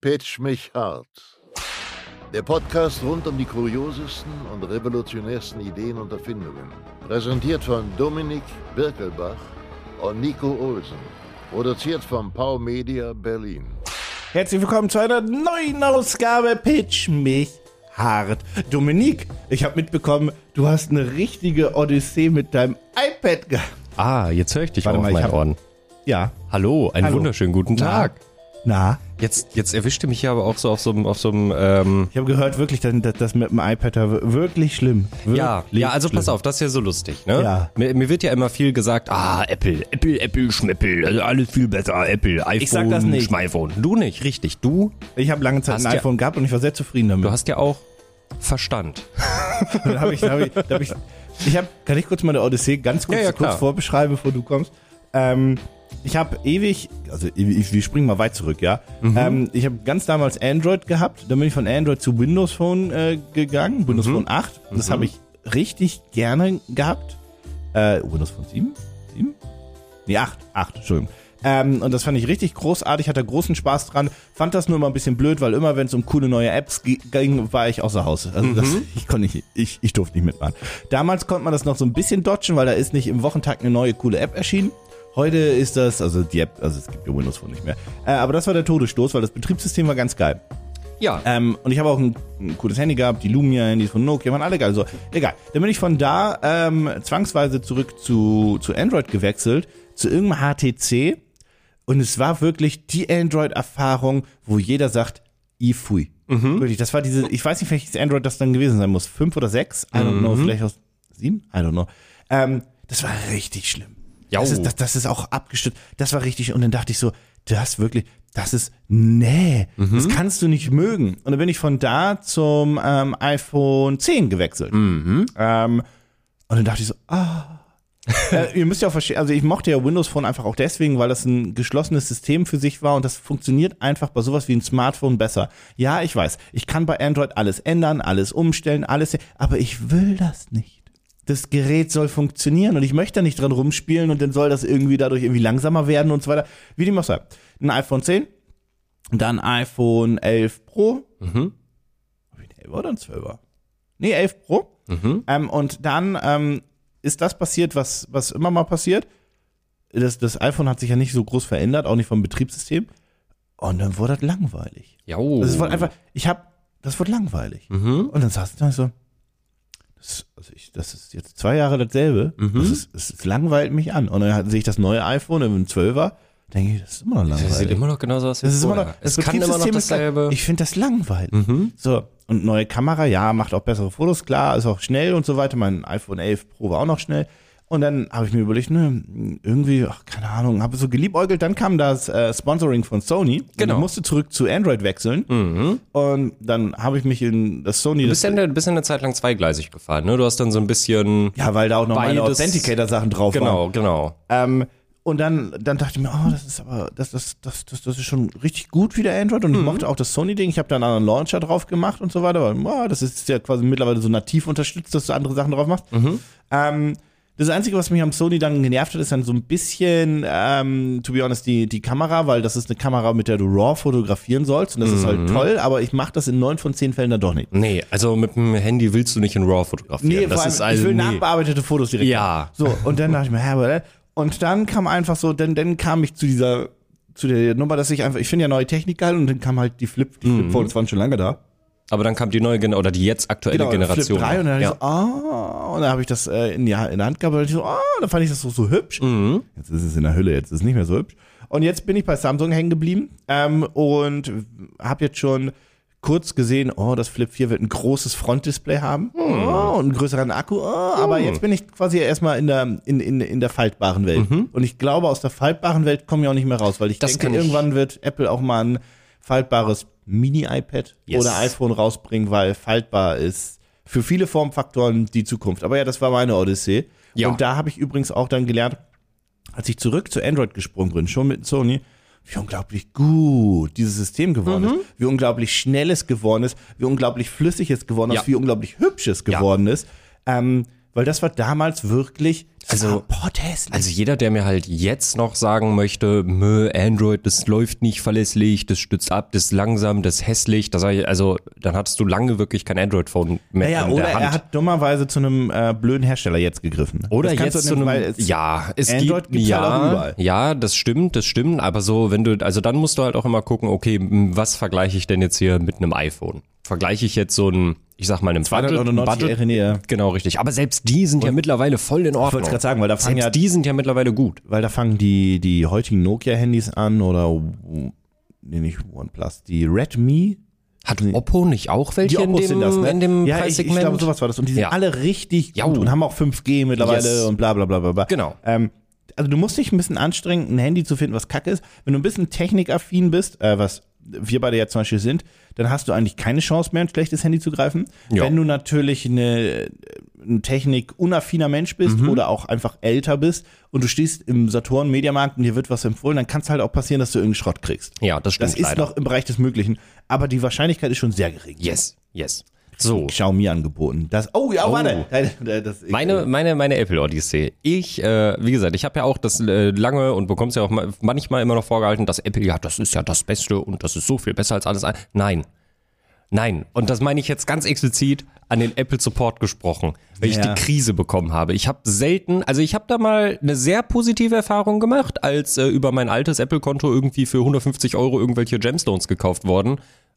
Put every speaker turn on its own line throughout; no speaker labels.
Pitch mich hart. Der Podcast rund um die kuriosesten und revolutionärsten Ideen und Erfindungen. Präsentiert von Dominik Birkelbach und Nico Olsen. Produziert von Pau Media Berlin.
Herzlich willkommen zu einer neuen Ausgabe Pitch mich hart. Dominik, ich habe mitbekommen, du hast eine richtige Odyssee mit deinem iPad gehabt.
Ah, jetzt höre ich dich
Warte
auf
mal, ich
meinen
hab-
Ohren.
Ja.
Hallo, einen
Hallo.
wunderschönen guten Tag.
Na,
Jetzt, jetzt erwischte mich hier aber auch so auf so einem, auf so einem ähm,
ich habe gehört, wirklich, dass dass das mit dem iPad da wir- wirklich schlimm. Wirklich
ja, ja, also pass
schlimm.
auf, das ist ja so lustig, ne?
Ja.
Mir, mir wird ja immer viel gesagt, ah, Apple, Apple, Apple, Schmeppel, also alles viel besser, Apple, iPhone,
Ich sag das nicht.
Schmeiphone. Du nicht, richtig, du,
Ich habe lange Zeit
Hast
ein
ja-
iPhone gehabt und ich war sehr zufrieden damit.
du hast ja auch Verstand.
Dann hab ich, dann hab ich, dann hab ich, ich hab, kann ich kurz meine Odyssee ganz kurz,
Ja, ja,
kurz
klar.
vorbeschreiben, bevor du kommst? Ähm, ich habe ewig, also ewig, wir springen mal weit zurück, ja.
Mhm.
Ähm, ich habe ganz damals Android gehabt, dann bin ich von Android zu Windows Phone äh, gegangen, Windows
Mhm.
Phone 8. Das habe ich richtig gerne gehabt. Äh, Windows Phone 7? 7? Nee, 8. 8, Entschuldigung. Ähm, und das fand ich richtig großartig, hatte großen Spaß dran. Fand das nur immer ein bisschen blöd, weil immer, wenn es um coole neue Apps ge- ging, war ich außer Haus. Also das, ich, konnte nicht, ich, ich durfte nicht mitmachen. Damals konnte man das noch so ein bisschen dodgen, weil da ist nicht im Wochentag eine neue coole App erschienen. Heute ist das, also die App, also es gibt ja Windows Phone nicht mehr. Äh, aber das war der Todesstoß, weil das Betriebssystem war ganz geil.
Ja,
Ähm, und ich habe auch ein, ein cooles Handy gehabt, die Lumia-Handys von Nokia, waren alle geil. Also, egal. Dann bin ich von da ähm, zwangsweise zurück zu, zu Android gewechselt, zu irgendeinem HTC. Und es war wirklich die Android-Erfahrung, wo jeder sagt, i fui. Wirklich, das war diese, ich weiß nicht, welches Android das dann gewesen sein muss. Fünf oder sechs? I don't know, vielleicht aus sieben? I don't know. Ähm, das war richtig schlimm.
Jau.
Das ist, das, das ist auch abgestützt. Das war richtig. Und dann dachte ich so, das wirklich, das ist, nee, das kannst du nicht mögen. Und dann bin ich von da zum ähm, iPhone 10 gewechselt. Ähm, und dann dachte ich so, ah. äh, ihr müsst ja auch verstehen, also ich mochte ja Windows Phone einfach auch deswegen, weil das ein geschlossenes System für sich war und das funktioniert einfach bei sowas wie ein Smartphone besser. Ja, ich weiß, ich kann bei Android alles ändern, alles umstellen, alles, aber ich will das nicht. Das Gerät soll funktionieren und ich möchte da nicht dran rumspielen und dann soll das irgendwie dadurch irgendwie langsamer werden und so weiter. Wie dem auch sei. Ein iPhone 10, dann iPhone 11 Pro. Mhm. Hab ich ein 11er oder ein 12er? Nee, 11 Pro.
mhm.
Ähm, und dann ähm, ist das passiert, was, was immer mal passiert. Das, das iPhone hat sich ja nicht so groß verändert, auch nicht vom Betriebssystem. Und dann wurde das langweilig.
ja. oh.
Also es wurde einfach, ich habe, das wurde langweilig. Und dann saß ich da so, das, also ich, das ist jetzt zwei Jahre dasselbe. Das ist, es, es langweilt mich an. Und dann hat- sehe ich das neue iPhone im 12er, denke ich, das ist immer noch langweilig.
Das sieht immer noch genauso aus wie
Das ist immer
vorher.
noch,
es kann immer noch
Betriebssystem ist lang-
dasselbe. Mhm.
Ich finde das langweilig. So, und neue Kamera, ja, macht auch bessere Fotos, klar, ist auch schnell und so weiter. Mein iPhone 11 Pro war auch noch schnell. Und dann habe ich mir überlegt, ne, irgendwie, ach, keine Ahnung, habe so geliebäugelt. Dann kam das äh, Sponsoring von Sony. Und
Genau. Mhm.
ich musste zurück zu Android wechseln. Und dann habe ich mich in das Sony.
Du bist ja
das,
eine, bist ja eine Zeit lang zweigleisig gefahren, ne? Du hast dann so ein bisschen...
ja, weil da auch noch meine
Beides-
Authenticator-Sachen drauf waren.
Genau, genau.
Ähm, und dann, dann dachte ich mir, oh, das ist aber, das, das, das, das, das ist schon richtig gut wieder Android.
Mhm.
Und ich mochte auch das Sony-Ding. Ich habe da einen anderen Launcher drauf gemacht und so weiter. Weil, oh, das ist ja quasi mittlerweile so nativ unterstützt, dass du andere Sachen drauf machst.
Mhm.
Ähm, das Einzige, was mich am Sony dann genervt hat, ist dann so ein bisschen, ähm, to be honest, die, die Kamera, weil das ist eine Kamera, mit der du RAW fotografieren sollst. Und das ist
Mhm.
halt toll, aber ich mache das in neun von zehn Fällen dann doch nicht.
Nee, also mit dem Handy willst du nicht in RAW fotografieren.
Nee,
das
vor allem,
ist also
ich will
nee.
nachbearbeitete Fotos direkt.
Ja.
So, und dann dachte ich mir, hä, aber, äh, und dann kam einfach so, dann, dann kam ich zu dieser, zu der Nummer, dass ich einfach, ich finde ja neue Technik geil und dann kam halt die Flip, die Flip Phones waren schon lange da.
Aber dann kam die neue Gen oder die jetzt aktuelle
Genau, Flip
Generation.
3 und dann
ja.
dachte ich so, ah, und dann habe ich das äh, in, die, Ha- in der Hand gehabt und dann dachte ich so, ah, dann fand ich das so, so hübsch.
Mhm.
Jetzt ist es in der Hülle, jetzt ist es nicht mehr so hübsch. Und jetzt bin ich bei Samsung hängen geblieben ähm, und habe jetzt schon kurz gesehen, oh, das Flip 4 wird ein großes Frontdisplay haben
Mhm.
oh, und einen größeren Akku. Oh, Aber jetzt bin ich quasi erstmal in der, in, in, in der faltbaren Welt. Und ich glaube, aus der faltbaren Welt komme ich auch nicht mehr raus, weil ich
Mhm. Das kann
denke,
ich-
irgendwann wird Apple auch mal ein faltbares Mini-iPad
Yes.
oder iPhone rausbringen, weil faltbar ist für viele Formfaktoren die Zukunft. Aber ja, das war meine Odyssee.
Ja.
Und da habe ich übrigens auch dann gelernt, als ich zurück zu Android gesprungen bin, schon mit Sony, wie unglaublich gut dieses System geworden
Mhm.
ist, wie unglaublich schnell es geworden ist, wie unglaublich flüssig es geworden ist,
Ja.
wie unglaublich hübsch es geworden ist. Ähm, weil das war damals wirklich das
Also-
war potthässlich.
Also jeder, der mir halt jetzt noch sagen möchte, mö, Android, das läuft nicht verlässlich, das stützt ab, das ist langsam, das ist hässlich, das sag ich, also dann hattest du lange wirklich kein Android-Phone mehr
naja,
in
oder
der Hand.
er hat dummerweise zu einem äh, blöden Hersteller jetzt gegriffen.
Oder
Das kannst
jetzt
du
zu
nicht,
einem,
weil es-
ja, es
Android
gibt,
gibt's halt
ja,
auch überall.
ja, das stimmt, das stimmt, aber so, wenn du, also dann musst du halt auch immer gucken, okay, m, was vergleiche ich denn jetzt hier mit einem iPhone? Vergleiche ich jetzt so ein, ich sag mal, einem Budget,
299
Budget,
Euro, nee, E, ja.
genau richtig, aber selbst die sind ja mittlerweile voll in Ordnung.
wollte es gerade sagen, weil da fangen
selbst
ja,
die sind ja mittlerweile gut.
weil da fangen die, die heutigen Nokia-Handys an oder nee, nicht OnePlus, die Redmi.
Hat Oppo nicht auch welche
Die
in
Oppos
dem,
sind das, ne?
in dem
ja, ich, ich
Preissegment?
glaube, sowas war das. Und die sind
Ja.
alle richtig
Ja.
gut und haben auch 5G mittlerweile
Yes.
und bla bla bla bla bla.
Genau.
Ähm, also du musst dich ein bisschen anstrengen, ein Handy zu finden, was kacke ist. Wenn du ein bisschen technikaffin bist, äh, was wir beide ja zum Beispiel sind, dann hast du eigentlich keine Chance mehr, ein schlechtes Handy zu greifen.
Ja.
Wenn du natürlich eine, äh, ein technikunaffiner Mensch bist
Mhm.
oder auch einfach älter bist und du stehst im Saturn-Mediamarkt und dir wird was empfohlen, dann kann es halt auch passieren, dass du irgendeinen Schrott kriegst.
Ja, das stimmt
Das ist
leider.
noch im Bereich des Möglichen, aber die Wahrscheinlichkeit ist schon sehr gering.
yes, yes. So.
Xiaomi angeboten. Das, oh ja,
Oh.
warte. Nein, Das, ich, äh,
Meine, meine, meine Apple-Odyssee. Ich, äh, wie gesagt, ich habe ja auch das äh, lange und bekommst ja auch ma- manchmal immer noch vorgehalten, dass Apple, ja, das ist ja das Beste und das ist so viel besser als alles andere. Nein. Nein. Und das meine ich jetzt ganz explizit an den Apple-Support gesprochen, weil ich
Ja.
die Krise bekommen habe. Ich habe selten, also ich habe da mal eine sehr positive Erfahrung gemacht, als äh, über mein altes Apple-Konto irgendwie für 150 Euro irgendwelche Gemstones gekauft wurden.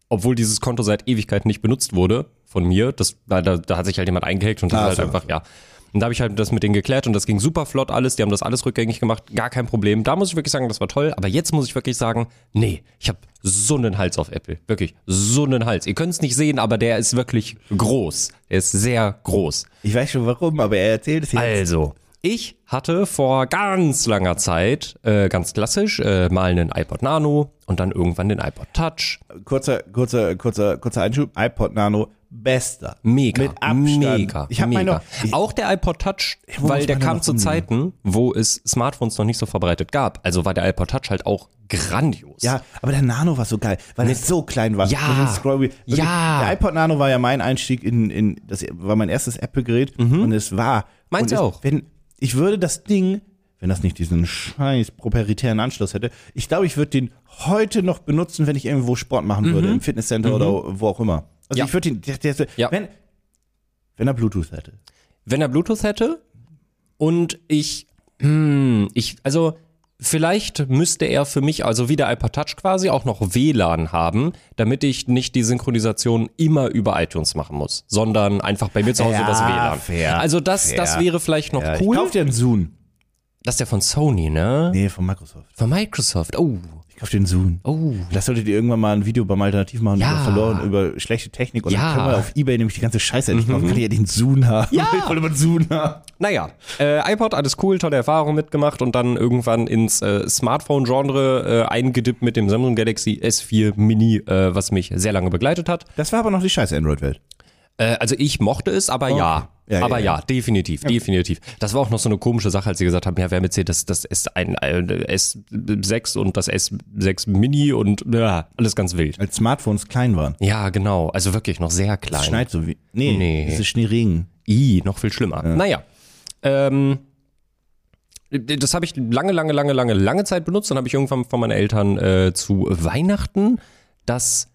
Obwohl dieses Konto seit Ewigkeit nicht benutzt wurde von mir. Das, da, da, da hat sich halt jemand eingehackt und das
Ah,
ist halt
so.
einfach, ja. Und da habe ich halt das mit denen geklärt und das ging super flott alles. Die haben das alles rückgängig gemacht, gar kein Problem. Da muss ich wirklich sagen, das war toll. Aber jetzt muss ich wirklich sagen, nee, ich habe so einen Hals auf Apple. Wirklich, so einen Hals. Ihr könnt es nicht sehen, aber der ist wirklich groß. Er ist sehr groß.
ich weiß schon warum, aber er erzählt es jetzt.
Also, ich hatte vor ganz langer Zeit, äh, ganz klassisch, äh, mal einen iPod Nano und dann irgendwann den iPod Touch.
kurzer, kurzer, kurzer, kurzer Einschub. iPod Nano, bester.
Mega.
Mit Abstand.
Mega.
Ich habe
mega.
meine. Ich,
auch der iPod Touch,
muss
weil der
meine
kam
noch
zu
rumliegen?
Zeiten, wo es Smartphones noch nicht so verbreitet gab. Also war der iPod Touch halt auch grandios.
ja, aber der Nano war so geil, weil er so klein war.
Ja.
Mit dem Scrollwheel. Wirklich,
Ja.
Der iPod Nano war ja mein Einstieg in, in das war mein erstes Apple-Gerät und es war.
Mhm.
und
Meins
es,
auch.
Wenn, ich würde das Ding, wenn das nicht diesen scheiß proprietären Anschluss hätte, ich glaube, ich würde den heute noch benutzen, wenn ich irgendwo Sport machen würde, im Fitnesscenter oder wo auch immer. Also
Mhm. Ja.
ich würde den, der, der,
Ja.
wenn, wenn er Bluetooth hätte.
Wenn er Bluetooth hätte und ich, hm, ich, also vielleicht müsste er für mich, also wie der iPod Touch quasi, auch noch WLAN haben, damit ich nicht die Synchronisation immer über iTunes machen muss, sondern einfach bei mir zu Hause
Ja,
das WLAN.
fair,
also das, das
fair.
wäre vielleicht noch
Ja, Ich
cool.
kauf dir einen Zoom.
Das ist ja von Sony, ne?
Nee, von Microsoft.
Von Microsoft. Oh,
Ich kauf den Zoom.
oh.
Das solltet ihr irgendwann mal ein Video beim Alternativ machen
Ja.
über verloren, über schlechte Technik. Und
Ja. Mhm.
dann können wir auf Ebay nämlich die ganze Scheiße endlich kaufen. Kann ich ja den Zoom haben.
Ja.
Ich wollte immer einen Zoom haben.
Naja, äh, iPod, alles cool, tolle Erfahrung mitgemacht und dann irgendwann ins äh, Smartphone-Genre äh, eingedippt mit dem Samsung Galaxy S4 Mini, äh, was mich sehr lange begleitet hat.
Das war aber noch die scheiß Android-Welt.
Äh, also ich mochte es, aber ja.
Oh. Ja,
aber
ja,
ja, definitiv, definitiv. Das war auch noch so eine komische Sache, als sie gesagt haben, ja, wer mitzählt, das, das S1, äh, S6 und das S6 Mini und ja, alles ganz wild.
Als Smartphones klein waren.
Ja, genau. Also wirklich noch sehr klein.
Es schneit so wie. Nee,
Nee.
es ist Schneeregen.
I, noch viel schlimmer. Naja. Ähm, das habe ich lange, lange, lange, lange, lange Zeit benutzt. Dann habe ich irgendwann von meinen Eltern äh, zu Weihnachten das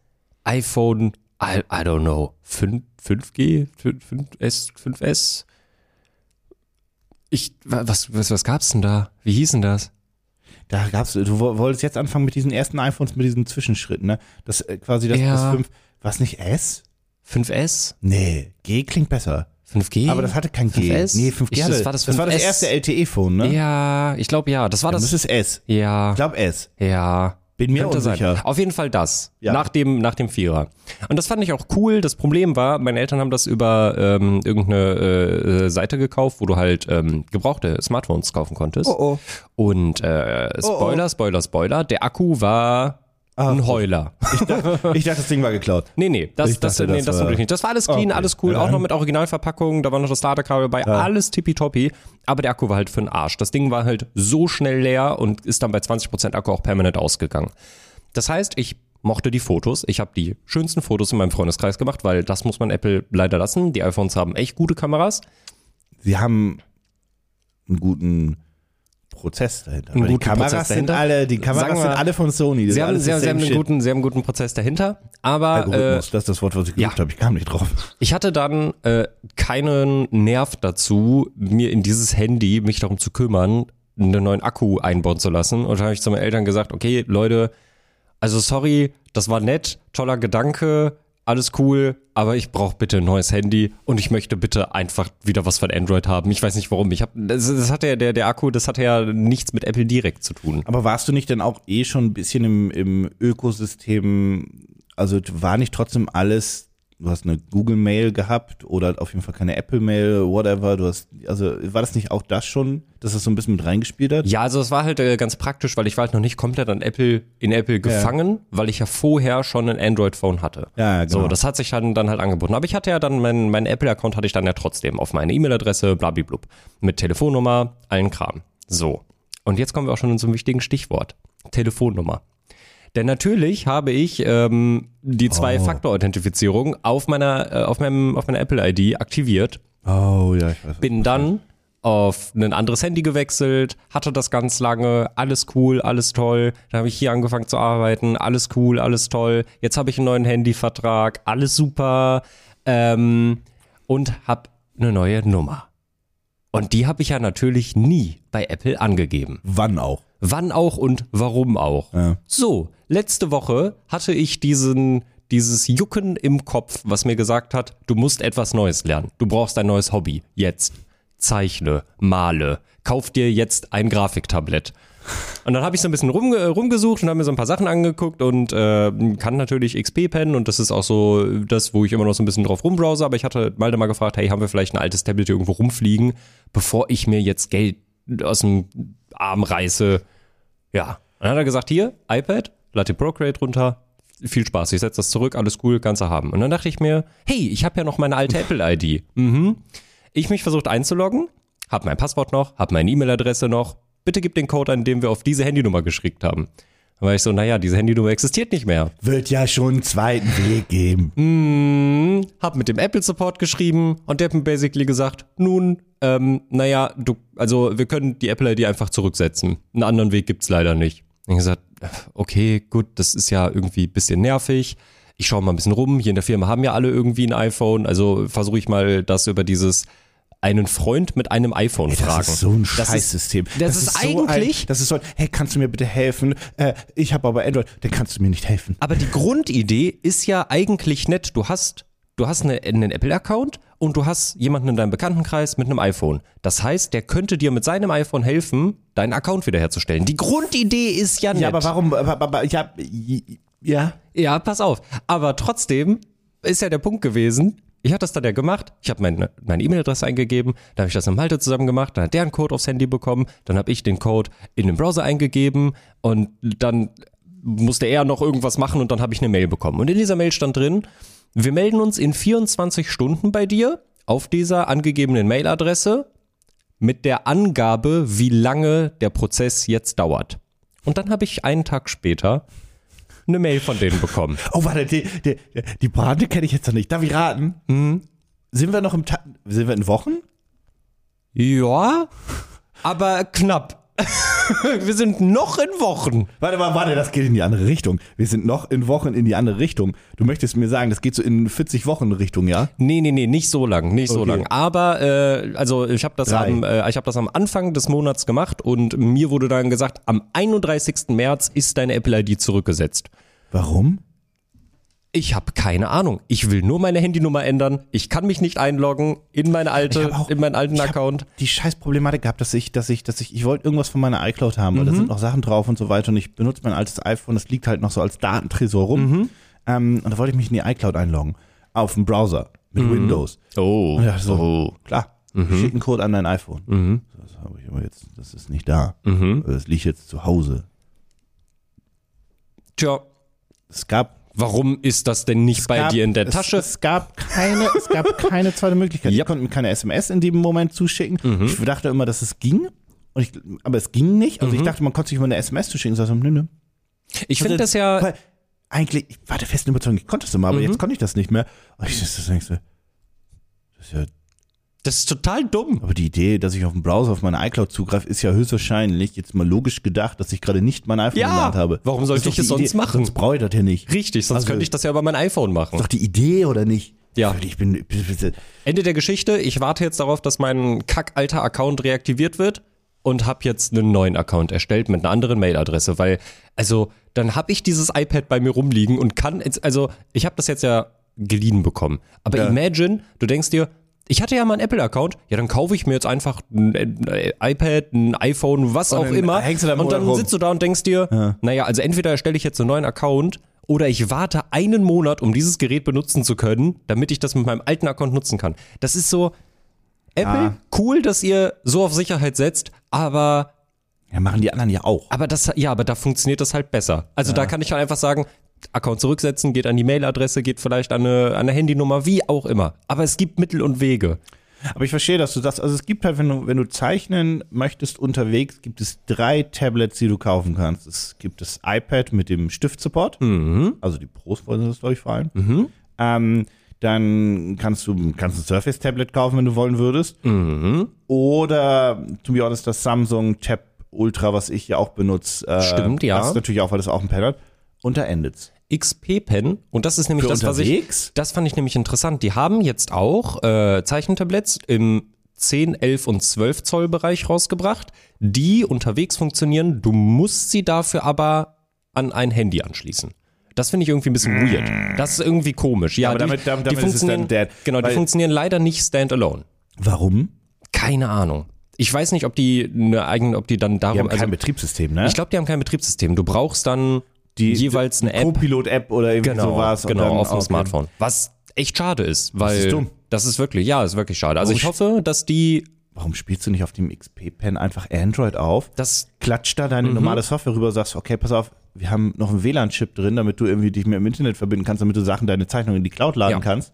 iPhone, I, I don't know, 5, 5G, 5, 5S, 5S. Ich, wa- was, was, was gab's denn da? Wie hieß denn das?
Da gab's, du wo- wolltest jetzt anfangen mit diesen ersten iPhones, mit diesen Zwischenschritten, ne? Das äh, quasi das,
Ja.
das 5. Was nicht S?
5S?
Nee, G klingt besser.
5G?
Aber das hatte kein G.
5S?
Nee, 5G
Ich- das
hatte.
war das
war das
5S.
erste LTE-Phone, ne?
Ja, ich glaube ja. Das war
Das
das.
ist S.
ja.
Ich glaube S.
Ja.
Bin mir
Könnte
unsicher.
Sein. Auf jeden Fall das.
Ja.
Nach, dem, nach dem Vierer. Und das fand ich auch cool. Das Problem war, meine Eltern haben das über ähm, irgendeine äh, Seite gekauft, wo du halt ähm, gebrauchte Smartphones kaufen konntest.
oh.
Und äh, Spoiler, Spoiler, Spoiler, der Akku war
Ah,
ein Heuler.
Ich dachte, das Ding war geklaut.
Nee, nee, das,
Ich
das,
dachte,
nee,
das
das
war-
natürlich nicht. Das war alles clean,
Okay.
alles cool,
Ja,
auch noch
dann-
mit Originalverpackung, da war noch das Ladekabel bei, alles tippitoppi, aber der Akku war halt für den Arsch. Das Ding war halt so schnell leer und ist dann bei 20% Akku auch permanent ausgegangen. Das heißt, ich mochte die Fotos, ich habe die schönsten Fotos in meinem Freundeskreis gemacht, weil das muss man Apple leider lassen. Die iPhones haben echt gute Kameras.
sie haben einen guten Prozess dahinter.
Einen
Aber die
guten
Kameras
Prozess
sind
dahinter.
alle, die Kameras
Sagen wir
sind
mal,
alle von Sony. Das
Sie
ist
haben,
alles
sie,
das
haben- sie haben
same
einen
shit.
guten, sie haben einen guten Prozess dahinter. Aber äh,
Algorithmus, das ist das Wort, was ich
ja.
gesucht habe. Ich kam nicht drauf.
ich hatte dann äh, keinen Nerv dazu, mir in dieses Handy mich darum zu kümmern, einen neuen Akku einbauen zu lassen. Und dann habe ich zu meinen Eltern gesagt, okay, Leute, also sorry, das war nett, toller Gedanke, alles cool, aber ich brauche bitte ein neues Handy und ich möchte bitte einfach wieder was von Android haben. Ich weiß nicht warum. Ich habe das, das hat ja der, der Akku, das hat ja nichts mit Apple direkt zu tun.
Aber warst du nicht dann auch eh schon ein bisschen im, im Ökosystem, also war nicht trotzdem alles, du hast eine Google-Mail gehabt oder auf jeden Fall keine Apple-Mail, whatever, du hast, also war das nicht auch das schon, dass das so ein bisschen mit reingespielt hat?
Ja, also es war halt äh, ganz praktisch, weil ich war halt noch nicht komplett an Apple in Apple gefangen, weil ich ja vorher schon ein Android-Phone hatte.
Ja, ja, genau.
So, das hat sich dann, dann halt angeboten. Aber ich hatte ja dann meinen mein Apple-Account hatte ich dann ja trotzdem auf meine E-Mail-Adresse, blablablub, mit Telefonnummer, allen Kram. So. Und jetzt kommen wir auch schon zum wichtigen Stichwort. Telefonnummer. Denn natürlich habe ich ähm, die
Oh.
Zwei-Faktor-Authentifizierung auf meiner, äh, auf meinem, auf meiner Apple-ID aktiviert
Oh ja, ich weiß.
bin dann auf ein anderes Handy gewechselt, hatte das ganz lange, alles cool, alles toll. Dann habe ich hier angefangen zu arbeiten, alles cool, alles toll. Jetzt habe ich einen neuen Handyvertrag, alles super ähm, und habe eine neue Nummer. Und die habe ich ja natürlich nie bei Apple angegeben.
Wann auch?
Wann auch und warum auch.
Ja.
So, letzte Woche hatte ich diesen, dieses Jucken im Kopf, was mir gesagt hat, du musst etwas Neues lernen. Du brauchst ein neues Hobby. Jetzt. Zeichne, male, kauf dir jetzt ein Grafiktablett. Und dann habe ich so ein bisschen rumge äh, rumgesucht und habe mir so ein paar Sachen angeguckt und äh, kann natürlich XP pennen und das ist auch so äh, das, wo ich immer noch so ein bisschen drauf rumbrowse, aber ich hatte Malte mal gefragt, hey, haben wir vielleicht ein altes Tablet hier irgendwo rumfliegen, bevor ich mir jetzt Geld aus dem Arm reiße, ja. Dann hat er gesagt, hier, iPad, Latte Procreate runter, viel Spaß, ich setze das zurück, alles cool, kannst du haben. Und dann dachte ich mir, hey, ich habe ja noch meine alte Apple-ID. Mhm. Ich mich versucht einzuloggen, hab mein Passwort noch, hab meine E-Mail-Adresse noch. Bitte gib den Code an, den wir auf diese Handynummer geschickt haben. Dann war ich so, naja, diese Handynummer existiert nicht mehr.
Wird ja schon einen zweiten Weg geben.
Hm, hab mit dem Apple Support geschrieben und der hat mir basically gesagt, nun, ähm, naja, du, also wir können die Apple ID einfach zurücksetzen. Einen anderen Weg gibt's leider nicht. Und ich gesagt, okay, gut, das ist ja irgendwie ein bisschen nervig. Ich schaue mal ein bisschen rum. Hier in der Firma haben ja alle irgendwie ein iPhone. Also versuche ich mal das über dieses einen Freund mit einem iPhone
Das
fragen.
ist so ein
Das ist-
Scheißsystem.
das ist eigentlich-
So ein, das ist so ein, hey, kannst du mir bitte helfen? Äh, ich habe aber Android, dann kannst du mir nicht helfen.
Aber die Grundidee ist ja eigentlich nett. Du hast, du hast eine, einen Apple-Account und du hast jemanden in deinem Bekanntenkreis mit einem iPhone. Das heißt, der könnte dir mit seinem iPhone helfen, deinen Account wiederherzustellen. Die Grundidee ist ja nett.
Ja, aber warum? aber- aber- Ja, ja.
Ja, pass auf. Aber trotzdem ist ja der Punkt gewesen, ich habe das dann ja gemacht, ich habe meine, meine E-Mail-Adresse eingegeben, dann habe ich das mit Malte zusammen gemacht, dann hat der einen Code aufs Handy bekommen, dann habe ich den Code in den Browser eingegeben und dann musste er noch irgendwas machen und dann habe ich eine Mail bekommen. Und in dieser Mail stand drin, wir melden uns in 24 Stunden bei dir auf dieser angegebenen Mailadresse mit der Angabe, wie lange der Prozess jetzt dauert. Und dann habe ich einen Tag später eine Mail von denen bekommen.
Oh, warte, die, die, die Pointe kenne ich jetzt noch nicht. Darf ich raten?
Mhm.
Sind wir noch im Ta Sind wir in Wochen?
Ja, aber knapp. Wir sind noch in Wochen.
Warte mal, warte, das geht in die andere Richtung. Wir sind noch in Wochen in die andere Richtung. Du möchtest mir sagen, das geht so in 40 Wochen Richtung, ja?
Nee, nee, nee, nicht so lang, nicht so
Okay.
lang. Aber äh, also ich habe das,
Drei.
am, äh, ich hab das am Anfang des Monats gemacht und mir wurde dann gesagt, am 31. März ist deine Apple ID zurückgesetzt.
Warum?
Ich habe keine Ahnung. Ich will nur meine Handynummer ändern. Ich kann mich nicht einloggen in meine alte,
hab auch-
in meinen alten
ich hab
Account.
Die scheiß Problematik gehabt, dass ich, dass ich, dass ich, ich wollte irgendwas von meiner iCloud haben, weil da sind noch Sachen drauf und so weiter und ich benutze mein altes iPhone, das liegt halt noch so als Datentresor rum. Ähm, und da wollte ich mich in die iCloud einloggen. Auf dem Browser. Mit Windows.
Oh,
Ja, so. Klar. Schick einen Code an dein iPhone. So, Das habe ich aber jetzt, das ist nicht da. Also, Das liegt jetzt zu Hause.
Tja,
Es gab
warum ist das denn nicht bei
gab,
dir in der
es,
Tasche?
Es gab keine, es gab keine zweite Möglichkeit.
Ja.
Ich konnte mir keine SMS in dem Moment zuschicken.
Mhm.
Ich dachte immer, dass es ging. Und ich, aber es ging nicht. Also ich
Mhm.
dachte, man konnte sich immer eine SMS zuschicken. Ich sagte, nö, nö.
Ich finde
Also,
das ja,
Weil eigentlich, ich war der festen
Mhm.
Überzeugung, ich konnte es immer, aber jetzt konnte ich das nicht mehr. Und ich das, das, denkst du, das ist ja
Das ist total dumm.
Aber die Idee, dass ich auf den Browser auf meine iCloud zugreife, ist ja höchstwahrscheinlich jetzt mal logisch gedacht, dass ich gerade nicht mein iPhone
Ja,
in der Hand habe.
warum sollte
Ist doch
ich es
die
sonst
Idee.
machen?
Sonst brauche ich das ja nicht.
Richtig, sonst
Also-
könnte ich das ja über mein iPhone machen.
Ist doch die Idee, oder nicht?
Ja.
Ich bin, ich bin, ich bin
Ende der Geschichte. Ich warte jetzt darauf, dass mein kackalter Account reaktiviert wird und habe jetzt einen neuen Account erstellt mit einer anderen Mailadresse, weil also dann habe ich dieses iPad bei mir rumliegen und kann jetzt, also ich habe das jetzt ja geliehen bekommen. Aber
Ja.
imagine, du denkst dir, ich hatte ja mal einen Apple-Account, ja dann kaufe ich mir jetzt einfach ein, äh, iPad, ein iPhone, was
Und
auch
dann
immer.
hängst du da im
und dann
Monat rum.
sitzt du da und denkst dir, naja, also entweder erstelle ich jetzt einen neuen Account oder ich warte einen Monat, um dieses Gerät benutzen zu können, damit ich das mit meinem alten Account nutzen kann. Das ist so, Apple, cool, dass ihr so auf Sicherheit setzt, aber,
ja, machen die anderen ja auch.
aber das, ja, aber da funktioniert das halt besser. Also da kann ich halt einfach sagen, Account zurücksetzen, geht an die Mailadresse, geht vielleicht an eine, an eine Handynummer, wie auch immer. Aber es gibt Mittel und Wege.
Aber ich verstehe, dass du das, also es gibt halt, wenn du, wenn du zeichnen möchtest unterwegs, gibt es drei Tablets, die du kaufen kannst. Es gibt das iPad mit dem Stift-Support,
Mhm.
also die Pros wollen das, glaube ich, vor allem. Ähm, dann kannst du kannst ein Surface-Tablet kaufen, wenn du wollen würdest.
Mhm.
Oder, to be honest, das Samsung Tab Ultra, was ich ja auch benutze. Äh,
Stimmt, ja.
Das ist natürlich auch, weil das auch ein Pad hat. Und da endet's.
XP Pen und das ist nämlich
Für
das, was ich
unterwegs?
das fand ich nämlich interessant. Die haben jetzt auch äh, Zeichentablets im 10, 11 und 12 Zoll Bereich rausgebracht, die unterwegs funktionieren. Du musst sie dafür aber an ein Handy anschließen. Das finde ich irgendwie ein bisschen weird. Das ist irgendwie komisch. Ja,
Hm. Aber
die,
damit- damit-
die
damit ist es
funktionieren,
dann dead.
Genau, die
Weil-
funktionieren leider nicht standalone.
Warum?
Keine Ahnung. Ich weiß nicht, ob die eine eigene, ob die dann
Die
darum.
haben kein
also,
Betriebssystem, ne?
ich glaube, die haben kein Betriebssystem. Du brauchst dann jeweils eine App.
Copilot-App oder irgendwie
Genau,
sowas. und
genau
dann-
auf dem
okay.
Smartphone. Was echt schade ist, weil das
ist dumm.
wirklich, ja, ist wirklich schade. Also
Oh,
ich hoffe, dass die
Warum spielst du nicht auf dem XP-Pen einfach Android auf?
das
klatscht da deine normale Software rüber, sagst, okay, pass auf, wir haben noch einen WLAN-Chip drin, damit du irgendwie dich mehr im Internet verbinden kannst, damit du Sachen, deine Zeichnungen in die Cloud laden
Ja.
kannst.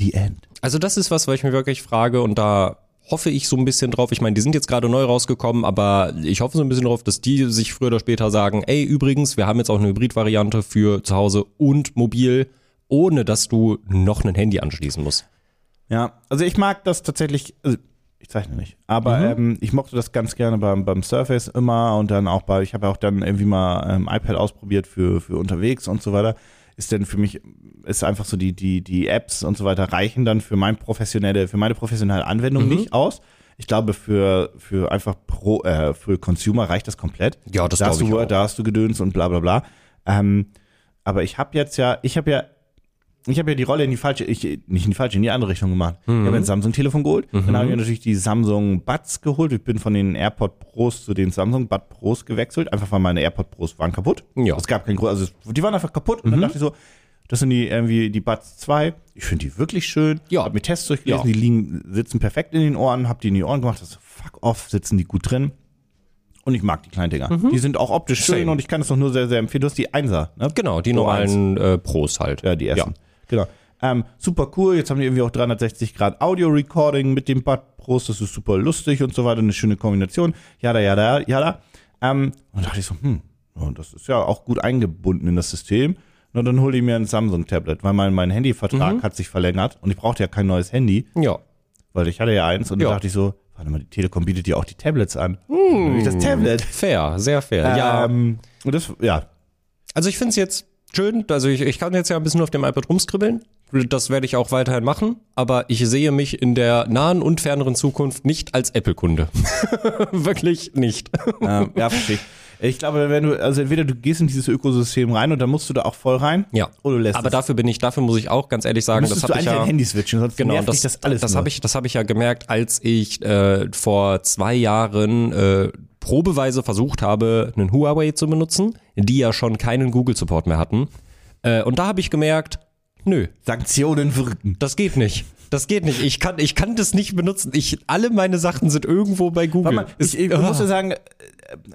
Die End.
also das ist was, was ich mir wirklich frage und da hoffe ich so ein bisschen drauf. Ich meine, die sind jetzt gerade neu rausgekommen, aber ich hoffe so ein bisschen drauf, dass die sich früher oder später sagen, ey, übrigens, wir haben jetzt auch eine Hybrid-Variante für zu Hause und mobil, ohne dass du noch ein Handy anschließen musst.
Ja, also ich mag das tatsächlich, also ich zeichne nicht,
Mhm.
aber ähm, ich mochte das ganz gerne beim, beim Surface immer und dann auch bei, ich habe auch dann irgendwie mal ähm, iPad ausprobiert für, für unterwegs und so weiter. Ist denn für mich, ist einfach so die, die, die Apps und so weiter reichen dann für mein professionelle, für meine professionelle Anwendung
Mhm.
nicht aus. Ich glaube, für, für einfach Pro, äh, für Consumer reicht das komplett.
Ja, das
da hast
glaub
du
ich
Word,
auch.
Da hast du Gedöns und bla bla bla. Ähm, aber ich habe jetzt ja, ich habe ja ich habe ja die Rolle in die falsche, ich, nicht in die falsche, in die andere Richtung gemacht.
Mhm.
Ich habe ein Samsung-Telefon geholt, dann habe ich mir natürlich die Samsung Buds geholt. Ich bin von den AirPod Pros zu den Samsung Bud Pros gewechselt, einfach weil meine AirPod Pros waren kaputt.
Ja. Mhm.
Es gab keinen Grund, also es- die waren einfach kaputt. Und dann dachte ich so, das sind die irgendwie die Buds 2. Ich finde die wirklich schön.
Ja.
Habe mir Tests durchgelesen,
Ja.
die liegen, sitzen perfekt in den Ohren, habe die in die Ohren gemacht. Das so, fuck off, sitzen die gut drin. Und ich mag die kleinen Dinger. Die sind auch optisch schön
Mhm. Same.
und ich kann es doch nur sehr, sehr empfehlen. Du hast die Einser, ne?
Genau, die
Pro eins.
normalen äh, Pros halt.
Ja, die ersten. Genau. Ähm, super cool. Jetzt haben die irgendwie auch 360 Grad Audio Recording mit dem Bud Pros. Das ist super lustig und so weiter. Eine schöne Kombination. Jada, jada, jada. Ähm, und dachte ich so, hm, ja, das ist ja auch gut eingebunden in das System. Na, dann hole ich mir ein Samsung-Tablet, weil mein, mein Handyvertrag
Mhm.
hat sich verlängert und ich brauchte ja kein neues Handy,
Ja.
weil ich hatte ja eins und
Ja.
dann dachte ich so, warte mal, die Telekom bietet ja auch die Tablets an. Dann nehme ich das Tablet.
Fair, sehr fair. ja,
Ähm, und das, ja,
Also ich finde es jetzt schön, also ich, ich kann jetzt ja ein bisschen auf dem iPad rumskribbeln. Das werde ich auch weiterhin machen, aber ich sehe mich in der nahen und ferneren Zukunft nicht als Apple-Kunde. Wirklich nicht.
Ähm, ja, verstehe ich. Ich glaube, wenn du, also entweder du gehst in dieses Ökosystem rein und dann musst du da auch voll rein.
Ja.
Oder du lässt
aber
es.
dafür bin ich, dafür muss ich auch ganz ehrlich sagen,
müsstest
das
du
habe ich
eigentlich
ja.
dein Handy switchen, sonst
Genau,
nervt dich
das,
das alles
das
nur.
habe ich, das habe ich ja gemerkt, als ich äh, vor zwei Jahren äh, probeweise versucht habe, einen Huawei zu benutzen, die ja schon keinen Google-Support mehr hatten. Äh, und da habe ich gemerkt, nö,
Sanktionen wirken.
Das geht nicht. Das geht nicht. Ich kann, ich kann das nicht benutzen. Ich, alle meine Sachen sind irgendwo bei Google.
Warte mal, ich, ich
ah.
muss ja sagen, äh,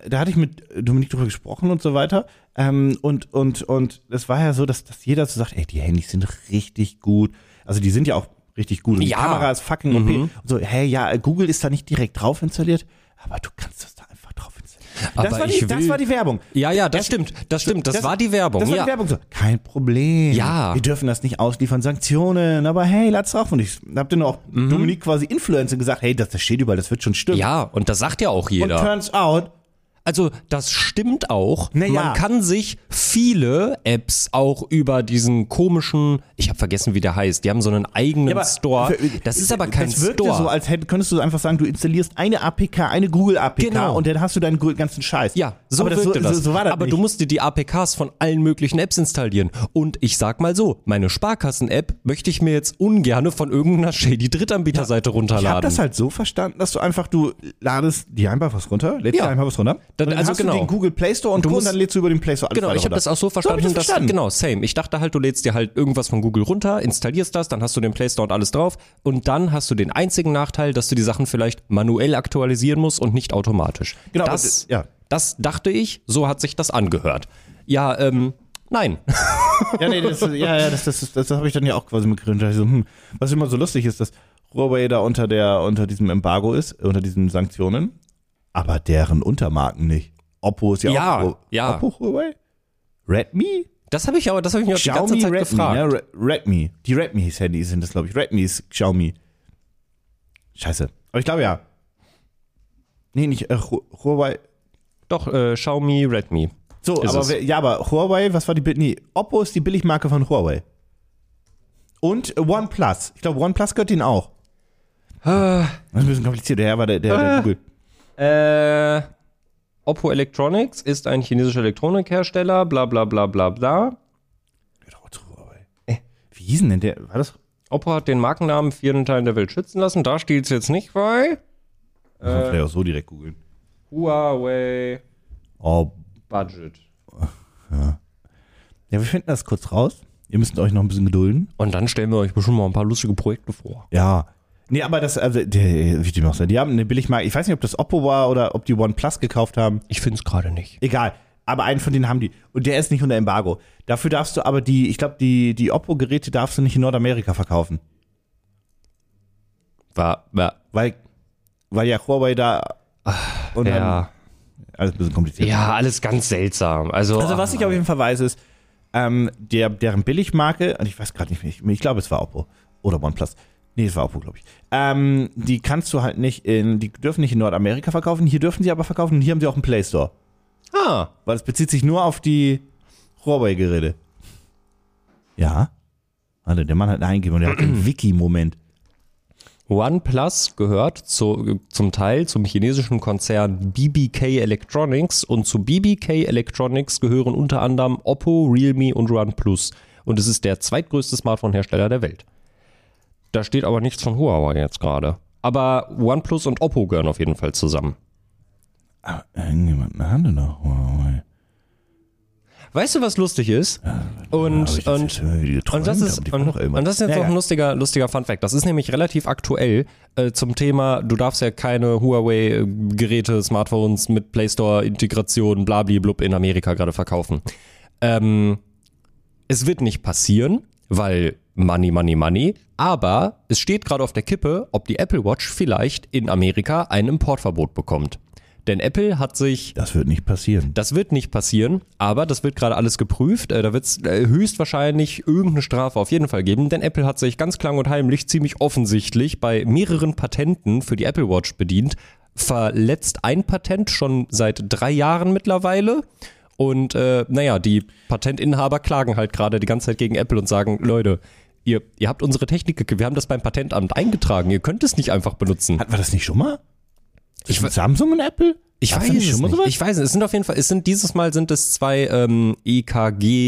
da hatte ich mit Dominik drüber gesprochen und so weiter. Ähm, und, und, und es war ja so, dass, dass jeder so sagt, ey, die Handys sind richtig gut. Also die sind ja auch richtig gut. Und die
Ja.
Kamera ist fucking OP. Und so, hey, ja, Google ist da nicht direkt drauf installiert, aber du kannst das da einfach drauf installieren.
Aber
das, war die,
ich will,
das war die Werbung.
Ja, ja, das stimmt. Das stimmt. Das, war die Werbung.
Das war
ja.
die Werbung. So, kein Problem.
Ja.
Wir dürfen das nicht ausliefern, Sanktionen. Aber hey, lass drauf. Und ich hab dann auch Dominik quasi Influencer gesagt, hey, das, das steht überall, das wird schon stimmen.
Mhm. ja, und das sagt ja auch
Und
jeder.
turns out,
Also das stimmt auch.
Na ja.
Man kann sich viele Apps auch über diesen komischen, ich habe vergessen, wie der heißt. Die haben so einen eigenen
Ja, aber-
Store. Das ist aber kein
das wirkte
Store.
so, als hätt, könntest du einfach sagen, du installierst eine APK, eine Google APK
Genau.
und dann hast du deinen Gu- ganzen Scheiß.
ja, so
aber das,
wirkte das.
So, so war das
aber
nicht.
du musst dir die APKs von allen möglichen Apps installieren. Und ich sag mal so, meine Sparkassen-App möchte ich mir jetzt ungerne von irgendeiner shady
ich
Drittanbieterseite
habe
runterladen.
das halt so verstanden, dass du einfach, du ladest dir einfach was runter, lädst
Ja.
dir einfach was runter.
Dann-
und dann
also
hast
genau.
du den Google Play Store und,
Du
Co.
musst-
und dann lädst du über den Play Store alles
Genau,
weiter
ich habe
runter.
das auch so
hab ich
verstanden,
das
dass
verstanden.
genau same. Ich dachte halt, du lädst dir halt irgendwas von Google runter, installierst das, dann hast du den Play Store und alles drauf und dann hast du den einzigen Nachteil, dass du die Sachen vielleicht manuell aktualisieren musst und nicht automatisch.
Genau,
das,
aber d- ja.
das dachte ich, so hat sich das angehört. Ja, ähm nein.
Ja, nee, das, ja, ja, das, das, das, das habe ich dann ja auch quasi mitgekriegt. Da dachte ich so, hm, was immer so lustig ist, dass Huawei da unter, der, unter diesem Embargo ist, unter diesen Sanktionen, aber deren Untermarken nicht. Oppo ist ja,
Ja,
auch Hu-
ja.
Oppo Huawei? Redmi?
Das habe ich aber, das habe ich mir auch die ganze Zeit
Redmi,
gefragt.
ne? Re- Redmi. Die Redmi's Handys sind das, glaube ich. Redmi's Xiaomi. Scheiße. Aber ich glaube ja. Nee, nicht äh, Hu- Huawei.
Doch äh, Xiaomi, Redmi.
So,
Ist
aber
es.
wer- ja, aber Huawei, was war die Bild? Nee, Oppo ist die Billigmarke von Huawei. Und äh, OnePlus. Ich glaube, OnePlus gehört ihnen auch.
Ah.
Das ist ein bisschen kompliziert. Der Herr war der, der, der Google.
Äh, Oppo Electronics ist ein chinesischer Elektronikhersteller, bla bla bla bla bla.
Gehört auch zu Huawei. Äh, wie hieß denn denn der? War das?
Oppo hat den Markennamen in vielen Teilen der Welt schützen lassen. Da steht es jetzt nicht bei.
Kann man vielleicht auch so direkt googeln.
Huawei
Oh,
Budget.
ja, wir finden das kurz raus. Ihr müsst euch noch ein bisschen gedulden.
Und dann stellen wir euch bestimmt mal ein paar lustige Projekte vor.
Ja. Nee, aber das, also, die, wie die machen Die haben eine Billigmarke. Ich weiß nicht, ob das Oppo war oder ob die OnePlus gekauft haben.
Ich finde es gerade nicht.
Egal. Aber einen von denen haben die. Und der ist nicht unter Embargo. Dafür darfst du aber die, ich glaube, die, die Oppo-Geräte darfst du nicht in Nordamerika verkaufen.
War, war,
Weil, weil ja Huawei da. Und
ja.
dann, alles ein bisschen kompliziert.
ja, alles ganz seltsam. Also,
Also, was ich auf jeden Fall weiß, ist, ähm, der, deren Billigmarke, und ich weiß gerade nicht, ich, ich glaube, es war Oppo oder OnePlus. Nee, es war Oppo, glaube ich. Ähm, die kannst du halt nicht in, die dürfen nicht in Nordamerika verkaufen, hier dürfen sie aber verkaufen und hier haben sie auch einen Play Store.
ah,
Weil es bezieht sich nur auf die Huawei-Geräte. Ja. Warte, der Mann hat eine Eingebung, der hat einen Wiki-Moment.
OnePlus gehört zu, zum Teil zum chinesischen Konzern BBK Electronics und zu BBK Electronics gehören unter anderem Oppo, Realme und OnePlus. Und es ist der zweitgrößte Smartphone-Hersteller der Welt. Da steht aber nichts von Huawei jetzt gerade. Aber OnePlus und Oppo gehören auf jeden Fall zusammen.
Irgendjemanden hatte noch Huawei.
Weißt du, was lustig ist? Und, und Und das ist, und, und das ist jetzt noch ein lustiger, lustiger Funfact. Das ist nämlich relativ aktuell äh, zum Thema, du darfst ja keine Huawei-Geräte, Smartphones mit Play Store-Integration, blub in Amerika gerade verkaufen. Ähm, es wird nicht passieren, weil Money, Money, Money. Aber es steht gerade auf der Kippe, ob die Apple Watch vielleicht in Amerika ein Importverbot bekommt. Denn Apple hat sich
Das wird nicht passieren.
das wird nicht passieren, aber das wird gerade alles geprüft. Äh, Da wird es höchstwahrscheinlich irgendeine Strafe auf jeden Fall geben, denn Apple hat sich ganz klang und heimlich ziemlich offensichtlich bei mehreren Patenten für die Apple Watch bedient. Verletzt ein Patent schon seit drei Jahren mittlerweile. Und äh, naja, die Patentinhaber klagen halt gerade die ganze Zeit gegen Apple und sagen, Leute, ihr, ihr habt unsere Technik, gek- wir haben das beim Patentamt eingetragen, ihr könnt es nicht einfach benutzen.
Hatten wir das nicht schon mal?
Ich
Zwischen
we-
Samsung und Apple?
Ich
Hast du
weiß es
mal
nicht.
sowas?
Ich weiß es. Es sind auf jeden Fall, es sind dieses Mal sind es zwei ähm,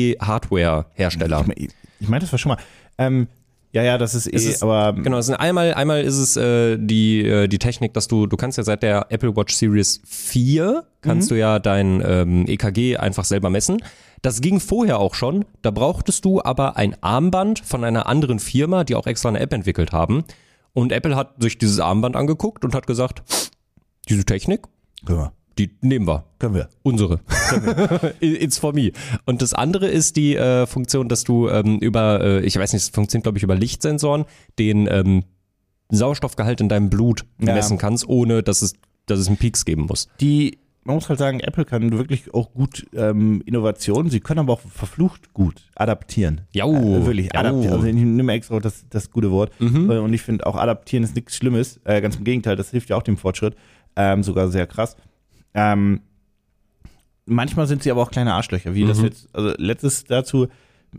EKG-Hardware-Hersteller.
Ich mein, ich meine, das war schon mal. Ähm, ja, ja, das ist eh,
ist-
aber
Genau, es sind einmal, einmal ist es äh, die, äh, die Technik, dass du, du kannst ja seit der Apple Watch Series 4 kannst
Mhm.
du ja dein ähm, EKG einfach selber messen. Das ging vorher auch schon. Da brauchtest du aber ein Armband von einer anderen Firma, die auch extra eine App entwickelt haben. Und Apple hat sich dieses Armband angeguckt und hat gesagt, diese Technik,
können wir.
die nehmen wir.
Können wir.
Unsere. It's for me. Und das andere ist die äh, Funktion, dass du ähm, über, äh, ich weiß nicht, es funktioniert, glaube ich, über Lichtsensoren, den ähm, Sauerstoffgehalt in deinem Blut
Ja.
messen kannst, ohne dass es, dass es einen Peaks geben muss.
Die man muss halt sagen, Apple kann wirklich auch gut ähm, Innovationen, sie können aber auch verflucht gut adaptieren.
Jau,
äh, wirklich,
jau.
adaptieren. Also ich nehme extra das, das gute Wort. Äh, Und ich finde auch adaptieren ist nichts Schlimmes. Äh, ganz im Gegenteil, das hilft ja auch dem Fortschritt. Ähm, sogar sehr krass. Ähm, manchmal sind sie aber auch kleine Arschlöcher, wie das jetzt, also letztes dazu,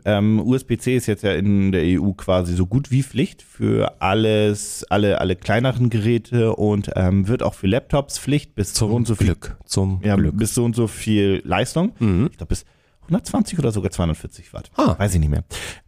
ähm, USB-C ist jetzt ja in der EU quasi so gut wie Pflicht für alles, alle, alle kleineren Geräte und ähm, wird auch für Laptops Pflicht bis so und so viel
Glück. Zum
ja,
Glück. Mhm.
bis so und so viel Leistung. Ich glaube, bis 120 oder sogar 240 Watt.
Ah.
Weiß ich nicht mehr.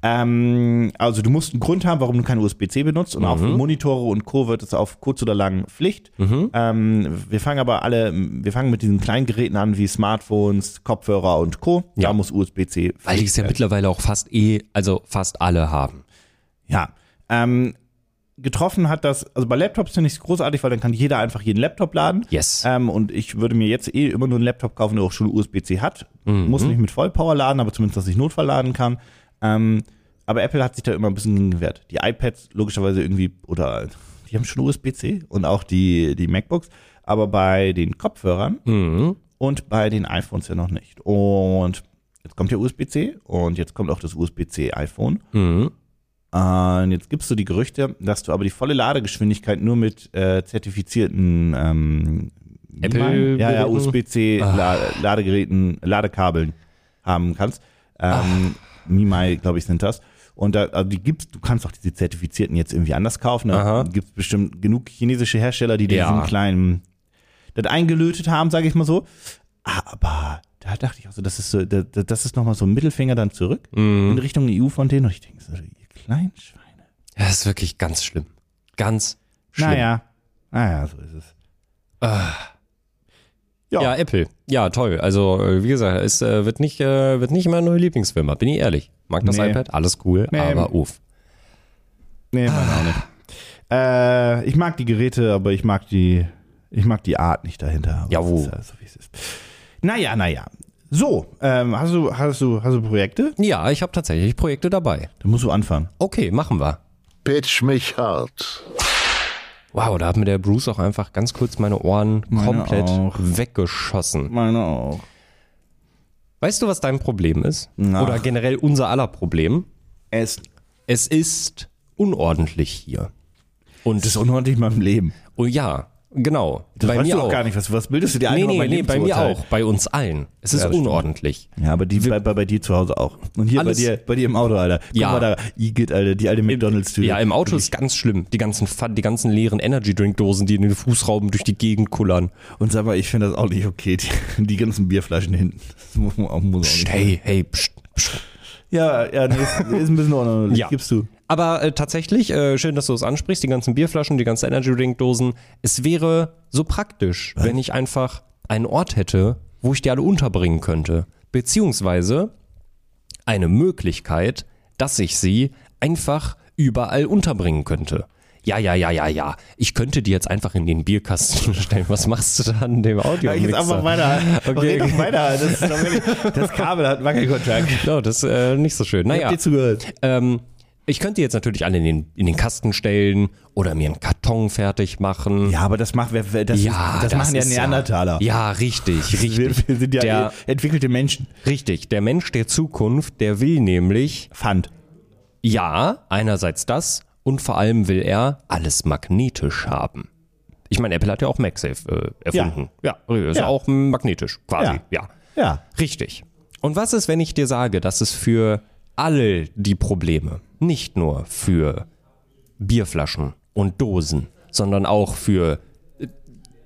Ähm, also du musst einen Grund haben, warum du kein USB-C benutzt. Und
Mhm.
auch für Monitore und Co. wird es auf kurz oder lang Pflicht. Ähm, wir fangen aber alle, wir fangen mit diesen kleinen Geräten an, wie Smartphones, Kopfhörer und Co.
Ja.
Da muss USB-C
Weil die es ja mittlerweile auch fast eh, also fast alle haben.
Ja. Ähm, getroffen hat das, also bei Laptops finde ich es großartig, weil dann kann jeder einfach jeden Laptop laden.
Yes.
Ähm, und ich würde mir jetzt eh immer nur einen Laptop kaufen, der auch schon USB-C hat. Muss nicht mit Vollpower laden, aber zumindest, dass ich Notfall laden kann. Ähm, aber Apple hat sich da immer ein bisschen gegen gewehrt. Die iPads logischerweise irgendwie, oder die haben schon USB-C und auch die, die MacBooks. Aber bei den Kopfhörern
Mhm.
und bei den iPhones ja noch nicht. Und jetzt kommt ja USB-C und jetzt kommt auch das USB-C iPhone.
Mhm.
Äh, Und jetzt gibst du die Gerüchte, dass du aber die volle Ladegeschwindigkeit nur mit äh, zertifizierten ähm, wie
Apple- Ah.
meinen- ja, ja,
Geräten?
USB-C-Ladegeräten, Ladekabeln haben kannst. Ähm,
Ah.
Mimai, glaube ich, sind das. Und da, also die gibt's, du kannst auch diese Zertifizierten jetzt irgendwie anders kaufen.
Aha.
Da gibt's bestimmt genug chinesische Hersteller, die
Ja.
diesen kleinen das eingelötet haben, sage ich mal so. Aber da dachte ich auch so, das ist so, da- da- das ist nochmal so ein Mittelfinger dann zurück
Mhm.
in Richtung EU von denen. Und ich denke so, ihr kleinen Schweine.
Ja, das ist wirklich ganz schlimm. Ganz schlimm.
Naja, naja, so ist es. Ja.
Ja, Apple. Ja, toll. Also, äh, wie gesagt, es äh, wird, nicht, äh, wird nicht meine neue Lieblingsfirma, bin ich ehrlich. Mag das
Nee.
iPad, alles cool,
Nee.
aber uff.
Nee, meine auch nicht. Äh, ich mag die Geräte, aber ich mag die, ich mag die Art nicht dahinter. Aber
Jawohl.
es Ist ja so wie es ist. Naja, naja. So, ähm, hast du, hast du, hast du Projekte?
Ja, ich habe tatsächlich Projekte dabei.
Da musst du anfangen.
Okay, machen wir.
Pitch mich hart.
Wow, da hat mir der Bruce auch einfach ganz kurz meine Ohren
Meine
komplett
auch.
weggeschossen.
Meine auch.
Weißt du, was dein Problem ist?
Na.
Oder generell unser aller Problem?
Es
Es ist unordentlich hier. Und
ist unordentlich in meinem Leben.
oh ja, genau.
Das
bei
weißt
mir
du auch
auch.
gar nicht. Was, was bildest du dir ein?
Nee,
über
nee,
mein
nee,
Leben
bei
zu
mir
urteilen?
auch, bei uns allen. Es ist
das stimmt.
unordentlich.
Ja, aber die, bei, bei, bei dir zu Hause auch. Und hier
Alles-
bei dir, bei dir im Auto, Alter. Guck
Ja.
mal da, Igitt, Alter, die alte McDonalds-Tüte.
Ja, im Auto ist ganz schlimm. Die ganzen, Fa- die ganzen leeren Energy-Drink-Dosen, die in den Fußrauben durch die Gegend kullern.
Und sag mal, ich finde das auch nicht okay. Die, die ganzen Bierflaschen hinten. Das muss man auch, muss man auch
Psst,
nicht.
hey, hey, psst, psst.
Ja, ja, nee, ist, ist ein bisschen unordentlich.
Ja.
Gibst du.
Aber äh, tatsächlich, äh, schön, dass du das ansprichst, die ganzen Bierflaschen, die ganzen Energy-Drink-Dosen. Es wäre so praktisch, wenn ich einfach einen Ort hätte, wo ich die alle unterbringen könnte. Beziehungsweise eine Möglichkeit, dass ich sie einfach überall unterbringen könnte. Ja, ja, ja, ja, ja. Ich könnte die jetzt einfach in den Bierkasten stellen. Was machst du da an dem Audio?
Ja, ich jetzt einfach weiter.
Okay,
Red
okay.
doch weiter. Das, ist doch wirklich- das Kabel hat Wackelkontakt. Ich
No, das ist äh, nicht so schön. Naja.
hab dir zugehört.
Ähm, ich könnte die jetzt natürlich alle in den, in den Kasten stellen oder mir einen Karton fertig machen.
Ja, aber das, macht, wer- wer- das, ist, das, machen ja
ist
Neandertaler.
Ja, richtig,
Wir,
richtig.
wir sind ja eh-
der,
entwickelte Menschen.
richtig. Der Mensch der Zukunft, der will nämlich,
Fand.
ja, einerseits das und vor allem will er alles magnetisch haben. Ich meine, Apple hat ja auch MagSafe äh, erfunden. Ja, ist ja
Ja.
auch magnetisch, quasi, ja.
Ja.
Richtig. Und was ist, wenn ich dir sage, dass es für all die Probleme, nicht nur für Bierflaschen und Dosen, sondern auch für äh,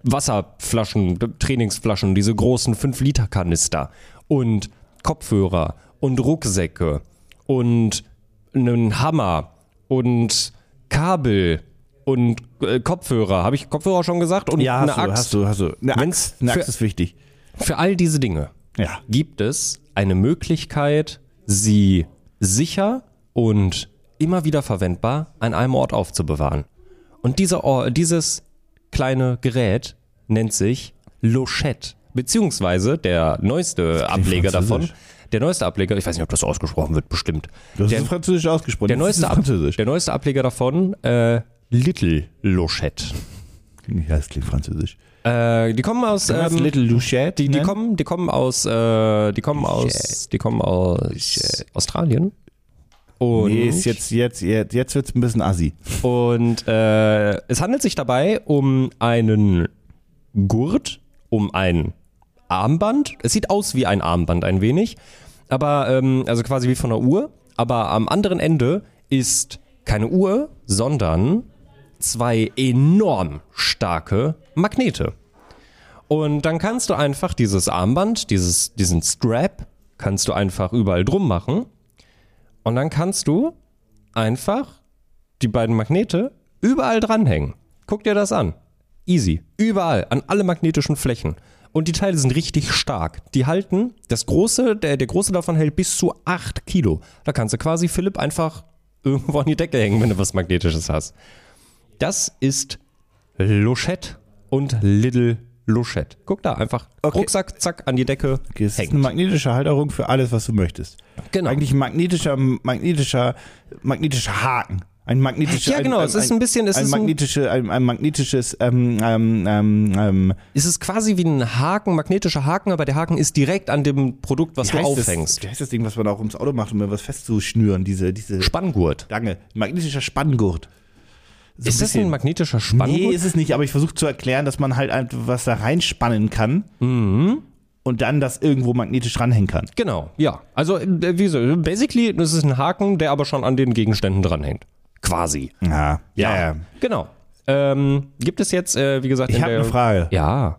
Wasserflaschen, Trainingsflaschen, diese großen 5-Liter-Kanister und Kopfhörer und Rucksäcke und einen Hammer und Kabel und äh, Kopfhörer. Habe ich Kopfhörer schon gesagt? Und
Ja, hast,
eine
du,
Axt.
hast du, hast du. Eine
Wenn's
Axt, eine
für-
Axt ist wichtig.
Für all diese Dinge
Ja.
gibt es eine Möglichkeit, sie sicher und immer wieder verwendbar an einem Ort aufzubewahren. Und dieser Or dieses kleine Gerät nennt sich Lochette. Beziehungsweise der neueste Ableger davon,
französisch.
der neueste Ableger, ich weiß nicht, ob das ausgesprochen wird, bestimmt.
Das
Der-
ist französisch ausgesprochen.
Der
Das
neueste,
ist
Ab
französisch.
der neueste Ableger davon, äh, Little Lochette.
Ja, das klingt französisch.
Äh, die kommen aus.
Damals
Ähm,
Little Lucette.
die, die
ne?
kommen, die kommen aus, äh, die kommen aus, die kommen aus Australien. Und,
äh, Nee, ist jetzt, jetzt, jetzt, jetzt wird's ein bisschen assi.
und äh, es handelt sich dabei um einen Gurt, um ein Armband. Es sieht aus wie ein Armband ein wenig, aber ähm, also quasi wie von einer Uhr. Aber am anderen Ende ist keine Uhr, sondern zwei enorm starke Magnete. Und dann kannst du einfach dieses Armband, dieses, diesen Strap, kannst du einfach überall drum machen. Und dann kannst du einfach die beiden Magnete überall dranhängen. Guck dir das an. Easy. Überall, an alle magnetischen Flächen. Und die Teile sind richtig stark. Die halten, das große, der, der große davon hält bis zu 8 Kilo. Da kannst du quasi Philipp einfach irgendwo an die Decke hängen, wenn du was Magnetisches hast. Das ist Lochette und Little Lochette. Guck da einfach. Rucksack, zack, an die Decke.
Okay, es ist
hängt.
eine magnetische Halterung für alles, was du möchtest.
Genau.
Eigentlich ein magnetischer, magnetischer, magnetischer Haken. Ein magnetischer.
Ja, genau, es ist ein bisschen- es
ein,
ist ein-
magnetische, ein, ein magnetisches. Ähm, ähm, ähm, ähm,
Es ist quasi wie ein Haken, magnetischer Haken, aber der Haken ist direkt an dem Produkt, was
wie
du
heißt das-
aufhängst.
Wie heißt das Ding, was man auch ums Auto macht, um mir was festzuschnüren? Diese, diese
Spanngurt.
Stange. Ein magnetischer Spanngurt. So
ist das ein
bisschen-
magnetischer Spanngurt?
Nee, ist es nicht, aber ich versuche zu erklären, dass man halt einfach was da reinspannen kann
Mhm.
und dann das irgendwo magnetisch ranhängen kann.
genau, ja. Also, äh, wie so, basically ist es ein Haken, der aber schon an den Gegenständen dranhängt. Quasi.
Ja. Ja. ja.
Genau. Ähm, gibt es jetzt, äh, wie gesagt,
Ich
in
habe
der-
eine Frage.
Ja.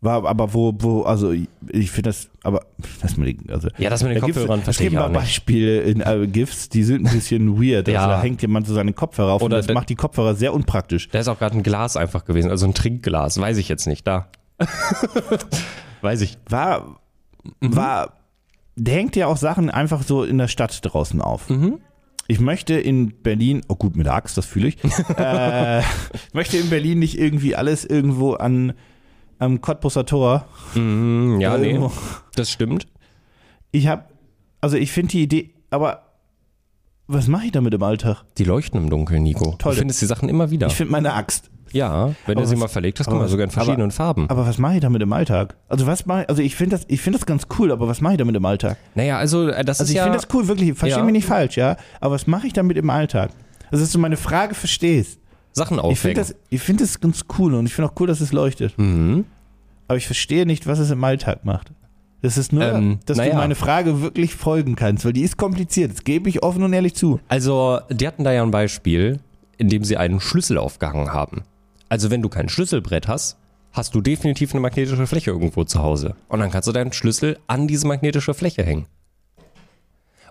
War, aber wo, wo, also ich finde das, aber das mit den, also,
Ja, das mit den
da gibt's-
Kopfhörern
es
verstehe
gibt
ich
mal
auch nicht.
Beispiele in äh, GIFs, die sind ein bisschen weird.
Ja.
Also, da hängt jemand so seine Kopfhörer auf
Oder
und
da-
das macht die Kopfhörer sehr unpraktisch.
Da ist auch gerade ein Glas einfach gewesen, also ein Trinkglas. Weiß ich jetzt nicht, da. Weiß ich.
War,
Mhm.
war, der hängt ja auch Sachen einfach so in der Stadt draußen auf.
Mhm.
Ich möchte in Berlin, oh gut, mit der Axt, das fühle ich, äh, ich möchte in Berlin nicht irgendwie alles irgendwo an, am Cottbusser Tor.
Hm, Ja, nee.
irgendwo-
Das stimmt.
Ich habe, also ich finde die Idee, aber was mache ich damit im Alltag?
Die leuchten im Dunkeln, Nico.
Toll.
Du findest die Sachen immer wieder.
Ich finde meine Axt.
Ja, wenn du
Aber
sie
was-
mal verlegt hast, guck
aber
mal,
was-
sogar in verschiedenen Farben.
Aber was mache ich damit im Alltag? Also was mache ich, also ich finde das, ich finde das ganz cool, aber was mache ich damit im Alltag?
Naja, also äh, das
Also
ist
ich
ja...
finde das cool, wirklich, verstehe
Ja.
mich nicht falsch, ja, aber was mache ich damit im Alltag? Also dass du meine Frage verstehst.
Sachen
Ich finde
aufhängen.
das, ich finde das ganz cool und ich finde auch cool, dass es leuchtet.
Mhm.
Aber ich verstehe nicht, was es im Alltag macht. Das ist nur,
Ähm,
dass
naja.
du meine Frage wirklich folgen kannst, weil die ist kompliziert. Das gebe ich offen und ehrlich zu.
Also, die hatten da ja ein Beispiel, in dem sie einen Schlüssel aufgehangen haben. Also, wenn du kein Schlüsselbrett hast, hast du definitiv eine magnetische Fläche irgendwo zu Hause. Und dann kannst du deinen Schlüssel an diese magnetische Fläche hängen.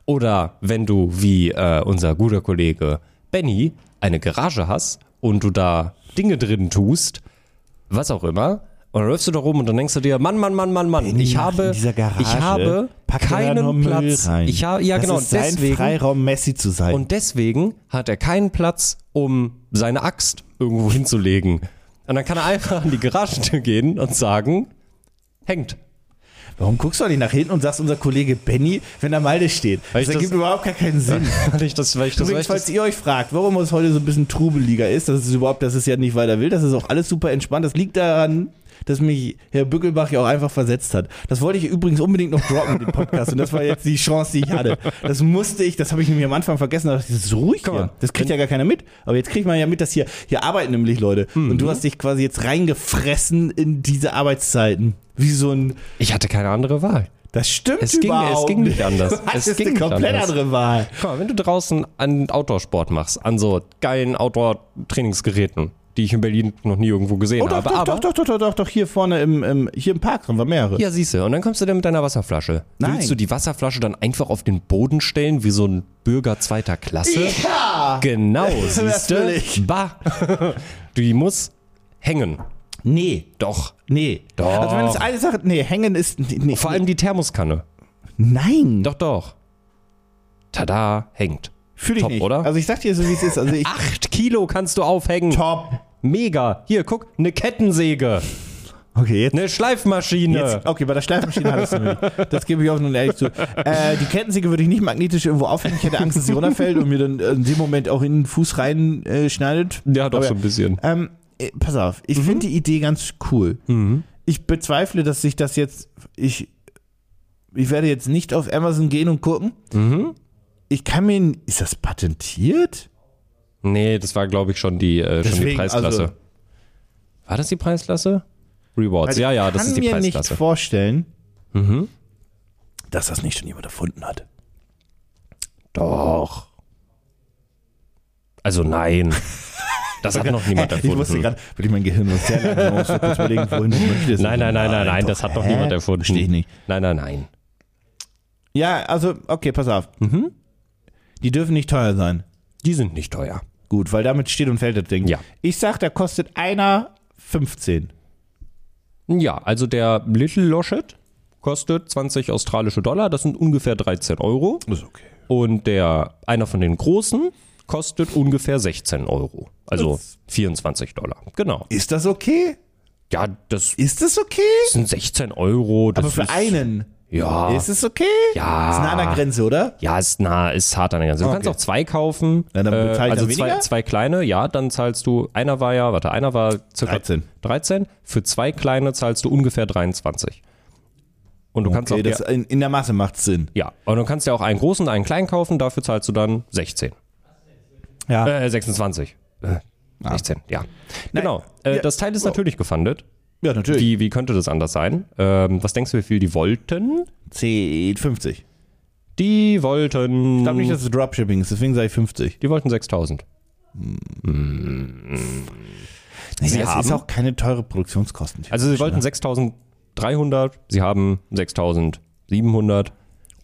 Oder wenn du, wie äh, unser guter Kollege Benny, eine Garage hast und du da Dinge drin tust, was auch immer, und dann läufst du da rum und dann denkst du dir, Mann, Mann, Mann, Mann, Mann,
Benny
ich
macht
habe,
in dieser Garage,
ich habe
packt er da nur
keinen
Müll
Platz.
Rein.
Ich habe, ja
das
genau,
ist sein
deswegen
Freiraum, Messi zu sein.
und deswegen hat er keinen Platz, um seine Axt irgendwo hinzulegen. Und dann kann er einfach an die Garagentür gehen und sagen, hängt.
Warum guckst du nicht nach hinten und sagst, unser Kollege Benny, wenn er Malde steht?
Weil ich
Das ergibt
das-
überhaupt gar keinen Sinn.
Weil ich das, weil ich das, weil
Übrigens,
ich
falls
das
ihr euch fragt, warum es heute so ein bisschen trubeliger ist, dass es überhaupt, dass es ja nicht weiter will, das ist auch alles super entspannt. Das liegt daran, dass mich Herr Bückelbach ja auch einfach versetzt hat. Das wollte ich übrigens unbedingt noch droppen, den Podcast. Und das war jetzt die Chance, die ich hatte. Das musste ich, das habe ich nämlich am Anfang vergessen. Da dachte ich, das ist ruhig
mal,
hier. Das kriegt ja gar keiner mit. Aber jetzt kriegt man ja mit, dass hier, hier arbeiten nämlich Leute. Und
Mhm.
du hast dich quasi jetzt reingefressen in diese Arbeitszeiten. Wie so ein,
ich hatte keine andere Wahl.
das stimmt
Es ging-
überhaupt
es ging nicht anders.
Du hattest
Es ging
eine
nicht
komplett
anders.
andere Wahl.
Guck mal, wenn du draußen einen Outdoor-Sport machst, an so geilen Outdoor-Trainingsgeräten, die ich in Berlin noch nie irgendwo gesehen
Oh, doch,
habe,
doch,
Genau, aber
doch, doch, doch, doch, doch, doch, hier vorne im, im, hier im Park drin, war mehrere.
ja, siehst du, und dann kommst du dann mit deiner Wasserflasche.
Nein.
Willst du die Wasserflasche dann einfach auf den Boden stellen, wie so ein Bürger zweiter Klasse?
Ja!
Genau,
Das
siehst
will
du?
ich.
Bah. Die muss hängen.
Nee,
Doch.
nee.
Doch.
Also wenn es eine Sache, nee, hängen ist, nee, nee.
Vor allem die Thermoskanne.
nein,
Doch, doch. Tada, hängt.
fühle ich
top,
nicht.
oder? Ah.
Also ich sag dir so, wie es ist. Also ich,
Acht Kilo kannst du aufhängen.
top.
Mega. Hier, guck, eine Kettensäge,
Okay, jetzt.
eine Schleifmaschine.
Jetzt, okay, bei der Schleifmaschine hattest du mich. Das gebe ich offen und ehrlich zu. Äh, die Kettensäge würde ich nicht magnetisch irgendwo aufhängen. Ich hätte Angst, dass sie runterfällt und mir dann in dem Moment auch in den Fuß reinschneidet. Äh, schneidet.
Ja, doch
Aber,
so ein bisschen.
Ähm, äh, pass auf,
Mhm.
ich finde die Idee ganz cool. Ich bezweifle, dass sich das jetzt, ich, ich werde jetzt nicht auf Amazon gehen und gucken.
Mhm.
Ich kann mir, ist das patentiert?
Nee, das war, glaube ich, schon die, äh, schon die
Deswegen,
Preisklasse.
also-
war das die Preisklasse? Rewards, ja, ja, das ist die
Ich kann mir nicht
Preisklasse. Mhm.
vorstellen, dass das nicht schon jemand erfunden hat.
Doch. Also nein. Das hat noch niemand
Ich wusste
erfunden.
gerade, weil ich mein Gehirn so sehr lang muss, kurz überlegen, wohin ich das
Nein, nein, nein, nein, nein, das
doch,
hat noch
hä?
niemand erfunden.
Verstehe ich nicht.
Nein, nein, nein.
Ja, also, okay, pass auf.
Mhm.
Die dürfen nicht teuer sein.
Die sind nicht teuer.
Gut, weil damit steht und fällt das Ding.
Ja.
Ich sag, da kostet einer 15.
Ja, also der Little Loschet kostet 20 australische Dollar, das sind ungefähr 13 Euro.
Ist okay.
Und der, einer von den großen kostet ungefähr 16 Euro. Also 24 Dollar. Genau.
Ist das okay?
Ja, das
Ist das okay?
sind 16 Euro. Das
Aber für
ist,
einen.
Ja.
Ist es okay?
Ja.
Ist nah an der Grenze, oder?
Ja, ist nah, ist hart an der Grenze. Du kannst auch zwei kaufen.
Na, Ah, dann bezahl ich
also
dann
zwei,
weniger?
zwei kleine, ja, dann zahlst du, einer war ja, warte, einer war circa
13.
13. Für zwei kleine zahlst du ungefähr 23. Und du kannst auch
Okay, das
dir,
in, in der Masse macht Sinn.
ja, und du kannst ja auch einen großen, einen kleinen kaufen, dafür zahlst du dann 16.
Ja.
Äh, 26. Äh, 16, ja. Genau. Äh,
Ah. Ja.
Das Teil ist natürlich gefundet.
Ja, natürlich.
Wie, wie könnte das anders sein? Ähm, was denkst du, wie viel die wollten?
10, 50. Ich
Die wollten.
glaube nicht, dass es Dropshipping ist, deswegen sage ich 50.
die wollten 6000.
Sie
haben-
ist auch keine teure Produktionskosten.
Also sie
ne?
wollten 6300, sie haben 6700.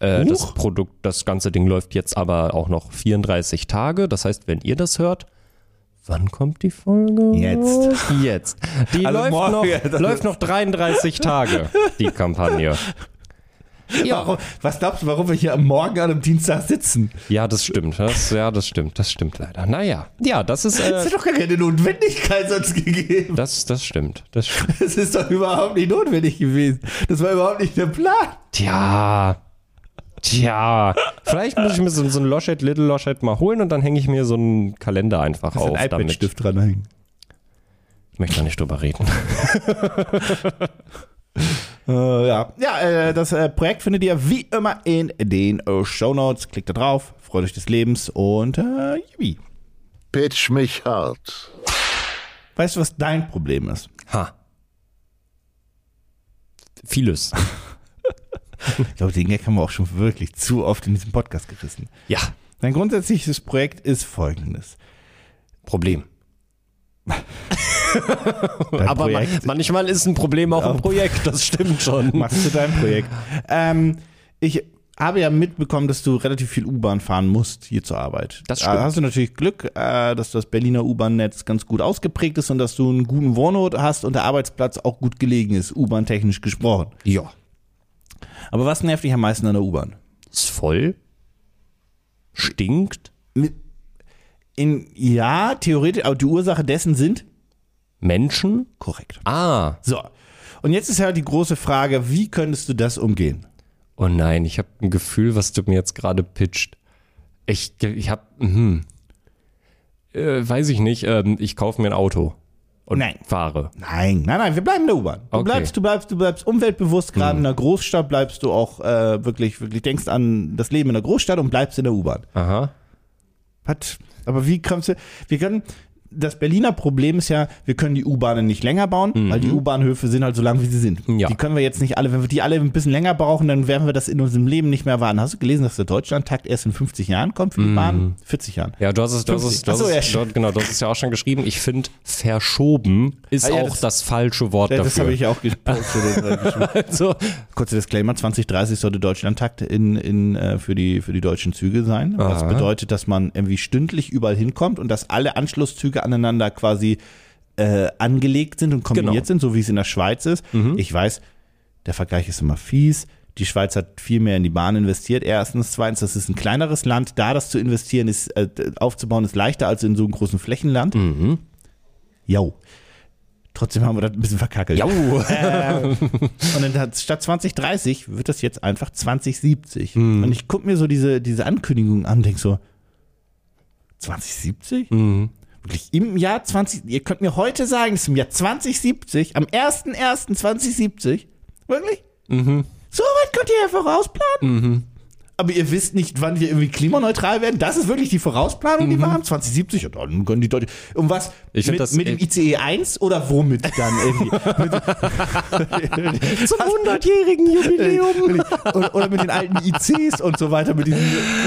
Äh, das
Huch.
Produkt, das ganze Ding läuft jetzt aber auch noch 34 Tage. Das heißt, wenn ihr das hört, wann kommt die Folge?
Jetzt.
Jetzt. Die
Also
läuft,
morgen.
noch, läuft noch 33 Tage, die Kampagne.
Warum, was glaubst du, warum wir hier am Morgen an einem Dienstag sitzen?
Ja, das stimmt. Das, ja, das stimmt. Das stimmt leider. Naja. Ja, das ist.
Es
Äh,
hat doch gar keine Notwendigkeit sonst gegeben.
das, das stimmt. Das stimmt.
Das ist doch überhaupt nicht notwendig gewesen. Das war überhaupt nicht der Plan.
Tja. Tja. Vielleicht muss ich mir so, so ein Loschet, Little Loschet mal holen und dann hänge ich mir so einen Kalender einfach auf. damit.
iPad-Stift dranhängen.
Ich möchte da nicht drüber reden.
Äh, ja, ja äh, das äh, Projekt findet ihr wie immer in den äh, Shownotes. Klickt da drauf, freut euch des Lebens und äh, yippie.
Pitch mich hart.
Weißt du, was dein Problem ist?
Ha. Vieles.
Ich glaube, den Gag haben wir auch schon wirklich zu oft in diesem Podcast gerissen.
Ja.
Dein grundsätzliches Projekt ist folgendes.
Problem.
Dein
Aber ma-
Projekt
manchmal ist ein Problem auch ein Projekt, das stimmt schon.
machst du dein Projekt. Ähm, ich habe ja mitbekommen, dass du relativ viel U-Bahn fahren musst hier zur Arbeit.
Das stimmt.
Da hast du natürlich Glück, äh, dass das Berliner U-Bahn-Netz ganz gut ausgeprägt ist und dass du einen guten Wohnort hast und der Arbeitsplatz auch gut gelegen ist, U-Bahn-technisch gesprochen.
Ja.
Aber was nervt dich am meisten an der U-Bahn?
Ist voll. Stinkt.
In, ja, theoretisch, aber die Ursache dessen sind
Menschen.
korrekt.
Ah.
So. Und jetzt ist ja die große Frage, wie könntest du das umgehen?
Oh nein, ich habe ein Gefühl, was du mir jetzt gerade pitcht. Ich, ich habe, hm, äh, weiß ich nicht, ähm, ich kaufe mir ein Auto und
Nein.
fahre.
Nein, nein, nein, wir bleiben in der U-Bahn. Du
Okay. Hm.
bleibst, du bleibst, du bleibst umweltbewusst, gerade in der Großstadt bleibst du auch äh, wirklich, wirklich denkst an das Leben in der Großstadt und bleibst in der U-Bahn.
Aha.
Hat, aber wie kommst du, wir können, das Berliner Problem ist ja, wir können die U-Bahnen nicht länger bauen, weil die U-Bahnhöfe sind halt so lang, wie sie sind.
Mhm. Ja.
Die können wir jetzt nicht alle, wenn wir die alle ein bisschen länger brauchen, dann werden wir das in unserem Leben nicht mehr erwarten. Hast du gelesen, dass der Deutschlandtakt erst in 50 Jahren kommt
Mhm.
für die Bahn? 40 Jahren.
Ja, du hast es, du hast es,
50.
du hast
Ach so,
es,
ja.
du, genau, du hast es ja auch schon geschrieben. Ich finde, verschoben ist
Ah, ja,
auch das,
das-
falsche Wort
Ja,
dafür.
Äh, das habe ich auch gepostet.
also,
Kurzer Disclaimer, 2030 sollte Deutschlandtakt in, in, äh, für, die, für die deutschen Züge sein. Das bedeutet, dass man irgendwie stündlich überall hinkommt und dass alle Anschlusszüge aneinander quasi äh, angelegt sind und kombiniert
Genau. Mhm.
sind, so wie es in der Schweiz ist. Ich weiß, der Vergleich ist immer fies. Die Schweiz hat viel mehr in die Bahn investiert. Erstens, zweitens, das ist ein kleineres Land. Da das zu investieren ist, äh, aufzubauen, ist leichter als in so einem großen Flächenland.
Mhm.
Jo. Trotzdem haben wir das ein bisschen verkackelt.
jau.
Äh. Und dann hat statt 2030 wird das jetzt einfach 2070.
Mhm.
Und
Mhm.
ich gucke mir so diese, diese Ankündigung an und denke so, 2070? wirklich im Jahr 20, ihr könnt mir heute sagen, es ist im Jahr 2070, am 01.01.2070, wirklich?
Mhm.
So weit könnt ihr ja vorausplanen. Aber ihr wisst nicht, wann wir irgendwie klimaneutral werden. Das ist wirklich die Vorausplanung, die wir haben. 2070, ja, dann können die Leute. Um was?
Mhm. Ich find
mit,
das-
mit dem ICE 1 oder womit dann irgendwie?
Zum 100-jährigen
Jubiläum. Äh, oder, oder mit den alten ICs und so weiter, mit diesen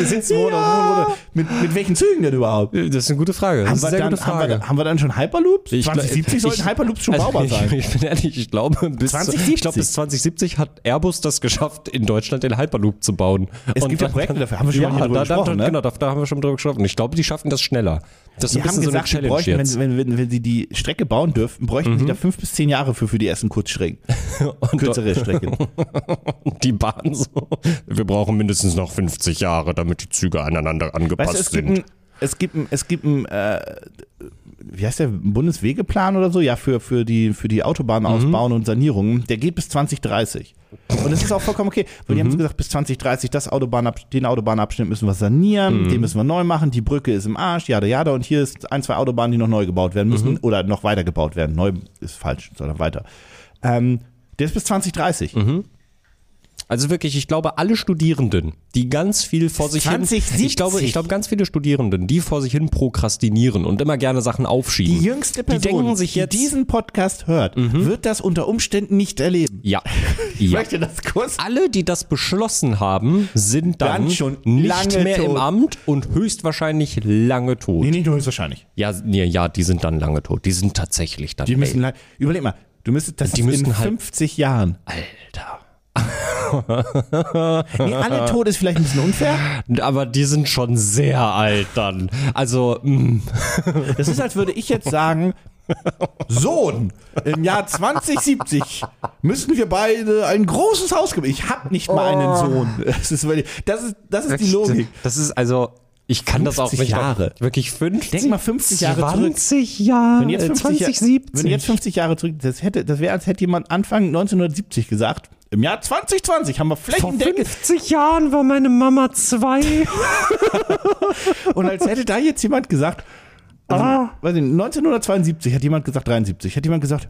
Sitzen oder, oder, oder mit, mit welchen Zügen denn überhaupt?
Das ist eine gute Frage. Das ist eine sehr
dann,
gute Frage.
Haben, wir, haben wir dann schon Hyperloops?
Ich glaub-
2070
ich-
sollten Hyperloops schon
also
baubar
ich,
sein.
Ich bin ehrlich, ich glaube, bis,
2070.
ich glaube, bis 2070 hat Airbus das geschafft, in Deutschland den Hyperloop zu bauen.
Es gibt ja
dann-
Projekte dafür, haben wir schon mal hier drüber
da,
gesprochen,
Da,
ne?
Genau, da, da haben wir schon drüber gesprochen. Ich glaube, die schaffen das schneller. Das ist
Die
ein
haben
bisschen so eine
gesagt, sie
Challenge
bräuchten,
jetzt. Mhm.
wenn, wenn, wenn, wenn sie die Strecke bauen dürften, bräuchten sie da fünf bis zehn Jahre für, für die ersten Kurzstrecken. Kürzere Strecken.
die Bahn so. Wir brauchen mindestens noch 50 Jahre, damit die Züge aneinander angepasst
Weißt du, es gibt,
sind.
ein, es gibt ein, es gibt ein, äh, wie heißt der, Bundeswegeplan oder so? Ja, für, für die, für die Autobahnen ausbauen und Sanierungen. Der geht bis 2030. Und das ist auch vollkommen okay. Weil die haben so gesagt, bis 2030 das Autobahnab den Autobahnabschnitt müssen wir sanieren, den müssen wir neu machen, die Brücke ist im Arsch, jada, jada. Und hier ist ein, zwei Autobahnen, die noch neu gebaut werden müssen oder noch weiter gebaut werden. Neu ist falsch, sondern weiter. Ähm, der ist bis 2030.
Also wirklich, ich glaube, alle Studierenden, die ganz viel vor sich hin,
2070.
ich glaube, ich glaube, ganz viele Studierenden, die vor sich hin prokrastinieren und immer gerne Sachen aufschieben.
Die jüngste Person,
die denken sich jetzt,
die diesen Podcast hört, wird das unter Umständen nicht erleben.
ja,
Ich
ja.
möchte das kurz
Alle, die das beschlossen haben, sind dann,
Dann schon
nicht
lange
mehr im
tot.
Amt und höchstwahrscheinlich lange tot.
Nee, nicht nur höchstwahrscheinlich.
Ja, nee, ja, die sind dann lange tot. Die sind tatsächlich dann.
Die müssen
ey,
lang, überleg mal, du müsstest das
Die
ist
müssen
in
halt-
50 Jahren.
Alter.
Nee, alle tot ist vielleicht ein bisschen unfair.
Aber die sind schon sehr alt dann. Also, mh,
Das ist, als würde ich jetzt sagen, Sohn, im Jahr 2070 müssten wir beide ein großes Haus geben. Ich hab nicht mal einen Sohn. Das ist, wirklich- das ist, das ist die Logik.
Das ist also, ich kann das auch
50
nicht.
Jahre.
Wirklich 50
Denk mal 50 Jahre zurück.
20 Jahre.
Wenn jetzt 50, Jahr-
2070.
wenn jetzt 50 Jahre zurück, das, hätte, das wäre, als hätte jemand Anfang 1970 gesagt, im Jahr 2020 haben wir
vor
flächendeckend
50 Jahren war meine Mama zwei.
Und als hätte da jetzt jemand gesagt, also, weiß nicht, 1972 hat jemand gesagt, 73, hat jemand gesagt,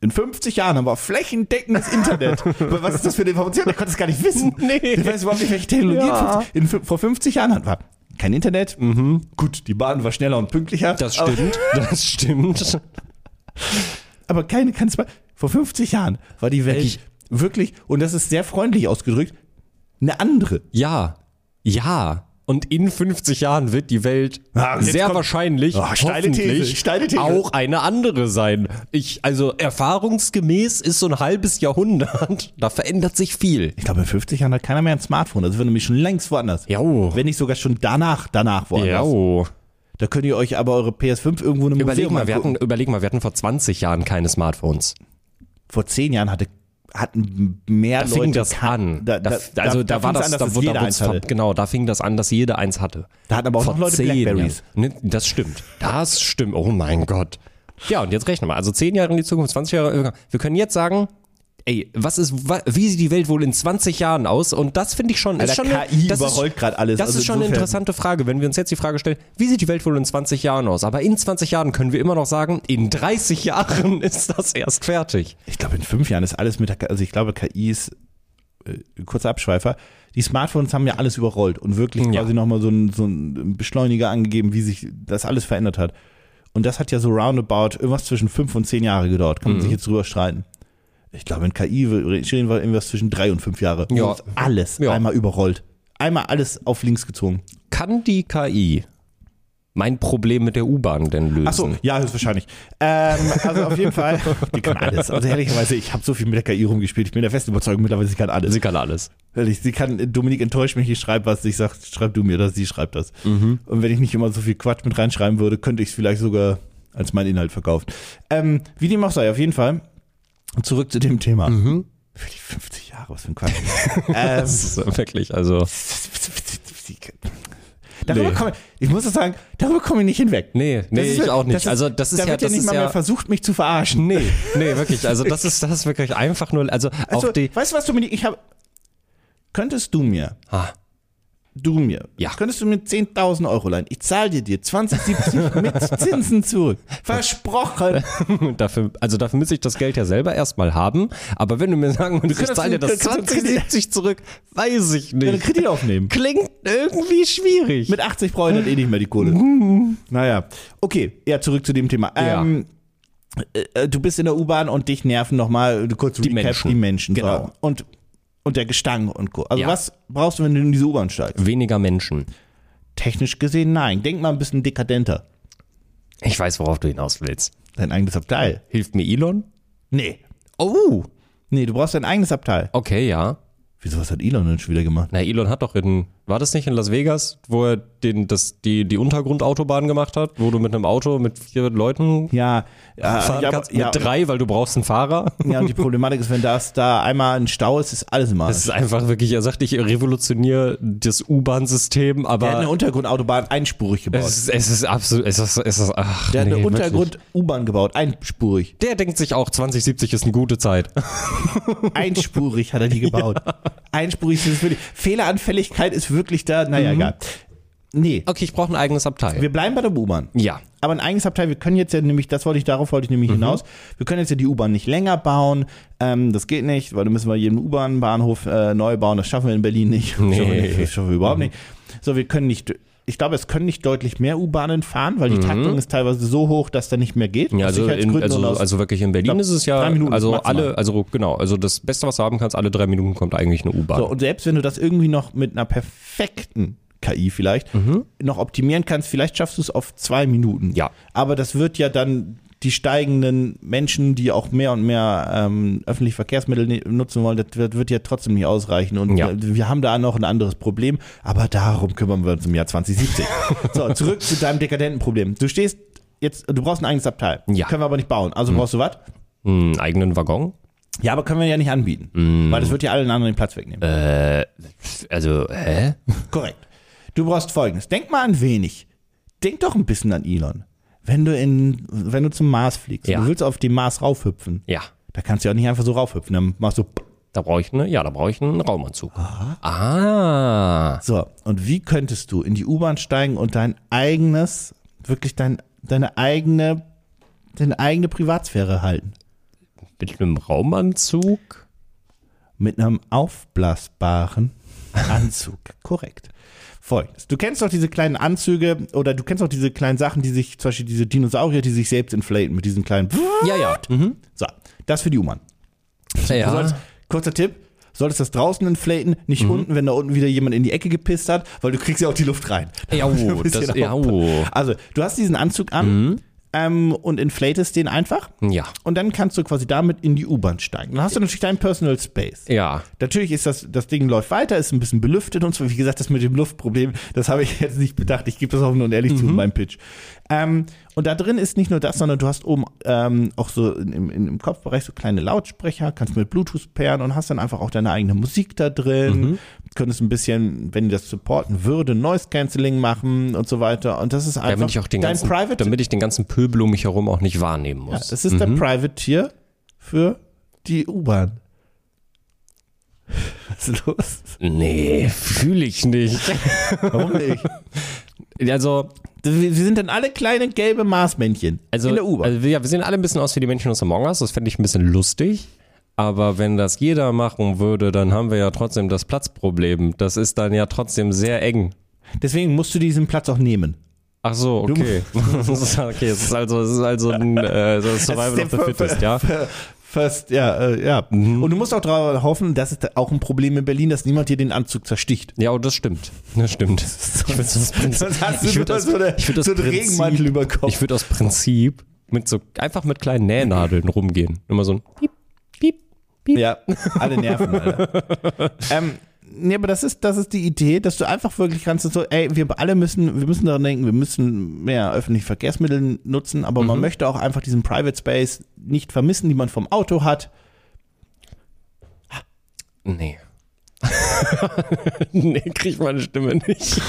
in 50 Jahren haben wir flächendeckendes Internet. Aber Was ist das für eine Information? Ich konnte es gar nicht wissen.
Nee.
Ich weiß überhaupt nicht, welche Technologie
Ja. Mhm.
in, fün- vor 50 Jahren hatten wir. Kein Internet. Gut, die Bahn war schneller und pünktlicher.
Das
aber-
stimmt, das stimmt.
Aber keine kann es mal. Vor 50 Jahren war die Welt
Ich-
wirklich, und das ist sehr freundlich ausgedrückt, eine andere.
Ja, ja. Und in 50 Jahren wird die Welt
Ah, und jetzt
sehr
kommt-
wahrscheinlich
Oh, steile These,
hoffentlich
steile These.
auch eine andere sein. Ich, also erfahrungsgemäß ist so ein halbes Jahrhundert, da verändert sich viel.
Ich glaube, in 50 Jahren hat keiner mehr ein Smartphone. Das wird nämlich schon längst woanders.
Jau.
Wenn nicht sogar schon danach, danach woanders.
Jau.
Da könnt ihr euch aber eure PS5 irgendwo in einem
Überleg
Museum
mal, wir
angucken.
hatten, überleg mal, wir hatten vor 20 Jahren keine Smartphones.
Vor zehn Jahren hatte, hatten mehr
Da
Leute...
fing das
ka-
an.
Da, da,
Da- also da, war
fing's
das,
an, dass
da,
es
wurde-
jeder
da
eins
wurde's ver-
hatte.
genau, da fing das an, dass jeder eins hatte.
Da hatten aber auch
Vor
noch Leute
zehn
Blackberries.
Jahren. Ne, das stimmt. Das stimmt. Oh mein Gott. Ja, und jetzt rechnen wir. Also 10 Jahre in die Zukunft, 20 Jahre. äh, Wir können jetzt sagen, ey, was ist, wa- wie sieht die Welt wohl in 20 Jahren aus? Und das finde ich schon. Ist
Alter,
schon eine-
KI
das ist-
überrollt gerade alles.
Das
Also
ist schon eine
insofern-
interessante Frage, wenn wir uns jetzt die Frage stellen, wie sieht die Welt wohl in 20 Jahren aus? Aber in 20 Jahren können wir immer noch sagen, in 30 Jahren ist das erst fertig.
Ich glaube, in fünf Jahren ist alles mit der... K- Also ich glaube, KI ist... Äh, kurzer Abschweifer. Die Smartphones haben ja alles überrollt und wirklich
Ja.
quasi nochmal so einen so einen Beschleuniger angegeben, wie sich das alles verändert hat. Und das hat ja so roundabout irgendwas zwischen fünf und zehn Jahre gedauert.
Mhm.
Kann man sich jetzt drüber streiten. Ich glaube, in KI reden wir irgendwas zwischen drei und fünf Jahre.
Ja.
Und das Alles
Ja.
einmal überrollt. Einmal alles auf links gezogen.
Kann die KI mein Problem mit der U-Bahn denn lösen?
Achso, ja, höchstwahrscheinlich. Ähm, also auf jeden Fall, die kann alles. Also ehrlicherweise, ich habe so viel mit der KI rumgespielt. Ich bin der festen Überzeugung mittlerweile, sie kann alles.
Sie kann alles.
Ehrlich, sie kann, Dominik enttäuscht mich, ich schreibe was, ich sag, schreib du mir das, sie schreibt das.
Mhm.
Und wenn ich nicht immer so viel Quatsch mit reinschreiben würde, könnte ich es vielleicht sogar als meinen Inhalt verkaufen. Ähm, wie dem auch sei, auf jeden Fall. Zurück zu dem Thema.
Mhm.
Für die 50 Jahre, was für ein Quatsch. ähm,
Das ist wirklich, also.
darüber
Nee.
komme, ich muss das sagen, darüber komme ich nicht hinweg.
Nee, nee,
Das ist
ich
ja-
auch nicht.
das ist-
also, das ist
da
ja,
wird ja
das
nicht
ist
mal mehr
ja.
versucht, mich zu verarschen.
Nee, nee, wirklich. Also, das ist, das ist wirklich einfach nur, also,
Also,
auf die.
weißt du was, Dominik, ich habe, könntest du mir
Ah,
du mir,
Ja.
könntest du mir 10.000 Euro leihen? Ich zahle dir dir 2070 mit Zinsen zurück. Versprochen.
Dafür, also dafür müsste ich das Geld ja selber erstmal haben. Aber wenn du mir sagen würdest, ich
könntest
zahle dir
einen-
das
kannst du einen Kredit-
2070 zurück, weiß ich
Eine
nicht.
Kredit aufnehmen.
Klingt irgendwie schwierig.
Mit 80 brauche ich dann eh nicht mehr die Kohle. naja. Okay, ja, zurück zu dem Thema.
Uh. Ja.
Ähm, äh, äh, du bist in der U-Bahn und dich nerven nochmal äh, kurz die
Menschen.
die Menschen.
Genau.
So. Und, und der Gestank und Co. Also
Ja.
was brauchst du, wenn du in diese U-Bahn steigst?
weniger Menschen.
Technisch gesehen, nein. Denk mal ein bisschen dekadenter.
Ich weiß, worauf du hinaus willst.
Dein eigenes Abteil.
Hilft mir Elon?
Nee.
Oh,
Nee, du brauchst dein eigenes Abteil.
okay, ja.
Wieso, was hat Elon denn schon wieder gemacht?
Na, Elon hat doch in, war das nicht in Las Vegas, wo er den, das, die, die Untergrundautobahn gemacht hat, wo du mit einem Auto mit vier Leuten
Ja, ja,
fahren
ja,
kannst?
ja,
mit drei, weil du brauchst einen Fahrer?
ja, und die Problematik ist, wenn das da einmal ein Stau ist, ist alles im Arsch.
Das ist einfach wirklich, er sagt, ich revolutioniere das U-Bahn-System,
Der hat eine
aber
Untergrundautobahn einspurig gebaut.
es ist, es ist absolut, es ist, es ist, ach,
Der hat
nee,
eine
wirklich.
Untergrund-U-Bahn gebaut, einspurig.
Der denkt sich auch, 2070 ist eine gute Zeit.
Einspurig hat er die gebaut. Einspurig ist wirklich. Fehleranfälligkeit ist wirklich da. Naja,
Mhm.
egal. Nee,
Okay, ich brauche ein eigenes Abteil.
wir bleiben bei der U-Bahn.
ja.
Aber ein eigenes Abteil, wir können jetzt ja nämlich, das wollte ich, darauf wollte ich
Mhm.
nämlich hinaus, wir können jetzt ja die U-Bahn nicht länger bauen. Ähm, das geht nicht, weil da müssen wir jeden U-Bahn-Bahnhof äh, neu bauen. Das schaffen wir in Berlin nicht.
Nee. Mhm.
Schaffen wir nicht, Das schaffen wir überhaupt nicht. So, wir können nicht. Ich glaube, es können nicht deutlich mehr U-Bahnen fahren, weil die Taktung ist teilweise so hoch, dass da nicht mehr geht.
Mhm. Ja,
Aus
also, in,
Sicherheitsgründen und
also,
aus-
also wirklich in Berlin
glaub,
ist es ja,
drei Minuten
also
maximal.
alle, also genau, also das Beste, was du haben kannst, alle drei Minuten kommt eigentlich eine U-Bahn.
So, und selbst wenn du das irgendwie noch mit einer perfekten KI vielleicht noch optimieren kannst, vielleicht schaffst du es auf zwei Minuten.
Mhm. Ja.
Aber das wird ja dann die steigenden Menschen, die auch mehr und mehr ähm, öffentliche Verkehrsmittel ne- nutzen wollen, das wird, wird ja trotzdem nicht ausreichen. Und
Ja.
wir, wir haben da noch ein anderes Problem, aber darum kümmern wir uns im Jahr 2070. so, zurück zu deinem dekadenten Problem. Du stehst jetzt, du brauchst ein eigenes Abteil.
Ja. Mhm.
Können wir aber nicht bauen. Also brauchst du was?
Einen eigenen Waggon?
Ja, aber können wir ja nicht anbieten.
Mhm.
Weil das wird ja allen anderen den Platz wegnehmen. Äh,
Also, hä?
Korrekt. Du brauchst folgendes. Denk mal an wenig. Denk doch ein bisschen an Elon. Wenn du in, wenn du zum Mars fliegst,
Ja.
und du willst auf den Mars raufhüpfen,
Ja.
da kannst du ja auch nicht einfach so raufhüpfen. Dann machst du
Da brauche ich eine, ja, da brauche ich einen Raumanzug. Ah.
so. Und wie könntest du in die U-Bahn steigen und dein eigenes, wirklich dein, deine eigene, deine eigene Privatsphäre halten?
Mit einem Raumanzug?
Mit einem aufblasbaren Anzug. Korrekt. Folgendes. Du kennst doch diese kleinen Anzüge oder du kennst doch diese kleinen Sachen, die sich, zum Beispiel diese Dinosaurier, die sich selbst inflaten mit diesen kleinen.
Ja, ja. Mhm.
So, das für die U-Bahn. Du
ja. Mhm.
sollst- Kurzer Tipp, solltest das draußen inflaten, nicht unten, wenn da unten wieder jemand in die Ecke gepisst hat, weil du kriegst ja auch die Luft rein.
Ja, oh,
Ein bisschen
das- ja,
aufpassen.
oh. Mhm.
Also, du hast diesen Anzug an ähm, und inflatest den einfach
Ja.
und dann kannst du quasi damit in die U-Bahn steigen. Dann hast du natürlich deinen Personal Space.
Ja.
Natürlich ist das, das Ding läuft weiter, ist ein bisschen belüftet und so. Wie gesagt, das mit dem Luftproblem, das habe ich jetzt nicht bedacht. Ich gebe das offen und
Mhm.
ehrlich zu in meinem Pitch. Ähm, und da drin ist nicht nur das, sondern du hast oben ähm, auch so in- im, in- im Kopfbereich so kleine Lautsprecher, kannst mit Bluetooth pairen und hast dann einfach auch deine eigene Musik da drin.
Mhm.
Könntest ein bisschen, wenn die das supporten würde, Noise Cancelling machen und so weiter. Und das ist einfach
Damit ich auch den
dein
ganzen,
Private.
damit Mhm. ich den ganzen Pöbel um mich herum auch nicht wahrnehmen
ja,
muss.
das ist dein Privateer für die U-Bahn. Was ist los?
nee, fühle ich nicht.
Warum nicht?
Also,
Wir wir sind dann alle kleine gelbe Marsmännchen
Also,
in der U-Bahn.
Also, ja, wir sehen alle ein bisschen aus wie die Menschen aus Among Us. Das fände ich ein bisschen lustig. Aber wenn das jeder machen würde, dann haben wir ja trotzdem das Platzproblem. Das ist dann ja trotzdem sehr eng.
Deswegen musst du diesen Platz auch nehmen.
Ach so, okay. Das ist- okay, es ist also, es ist also ein äh, so Survival
der
of the
Ver-
Fittest, ja?
Äh, Fast, ja, äh, ja. Und du musst auch darauf hoffen, das ist auch ein Problem in Berlin, dass niemand dir den Anzug zersticht.
Ja, oh, das stimmt. Das stimmt. Ich würde das, Prinzip-
Sonst hast du
ich
nur
würd das,
so eine-
ich würd das
so einen
Prinzip-
Regenmantel über Kopf.
Ich würde aus Prinzip mit so, einfach mit kleinen Nähnadeln rumgehen. Immer so ein Piep, Piep, Piep.
Ja, alle Nerven, Alter. ähm, Nee, aber das ist, das ist die Idee, dass du einfach wirklich kannst so, ey, wir alle müssen, wir müssen daran denken, wir müssen mehr öffentliche Verkehrsmittel nutzen, aber man möchte auch einfach diesen Private Space nicht vermissen, die man vom Auto hat.
Nee. nee, krieg meine Stimme nicht.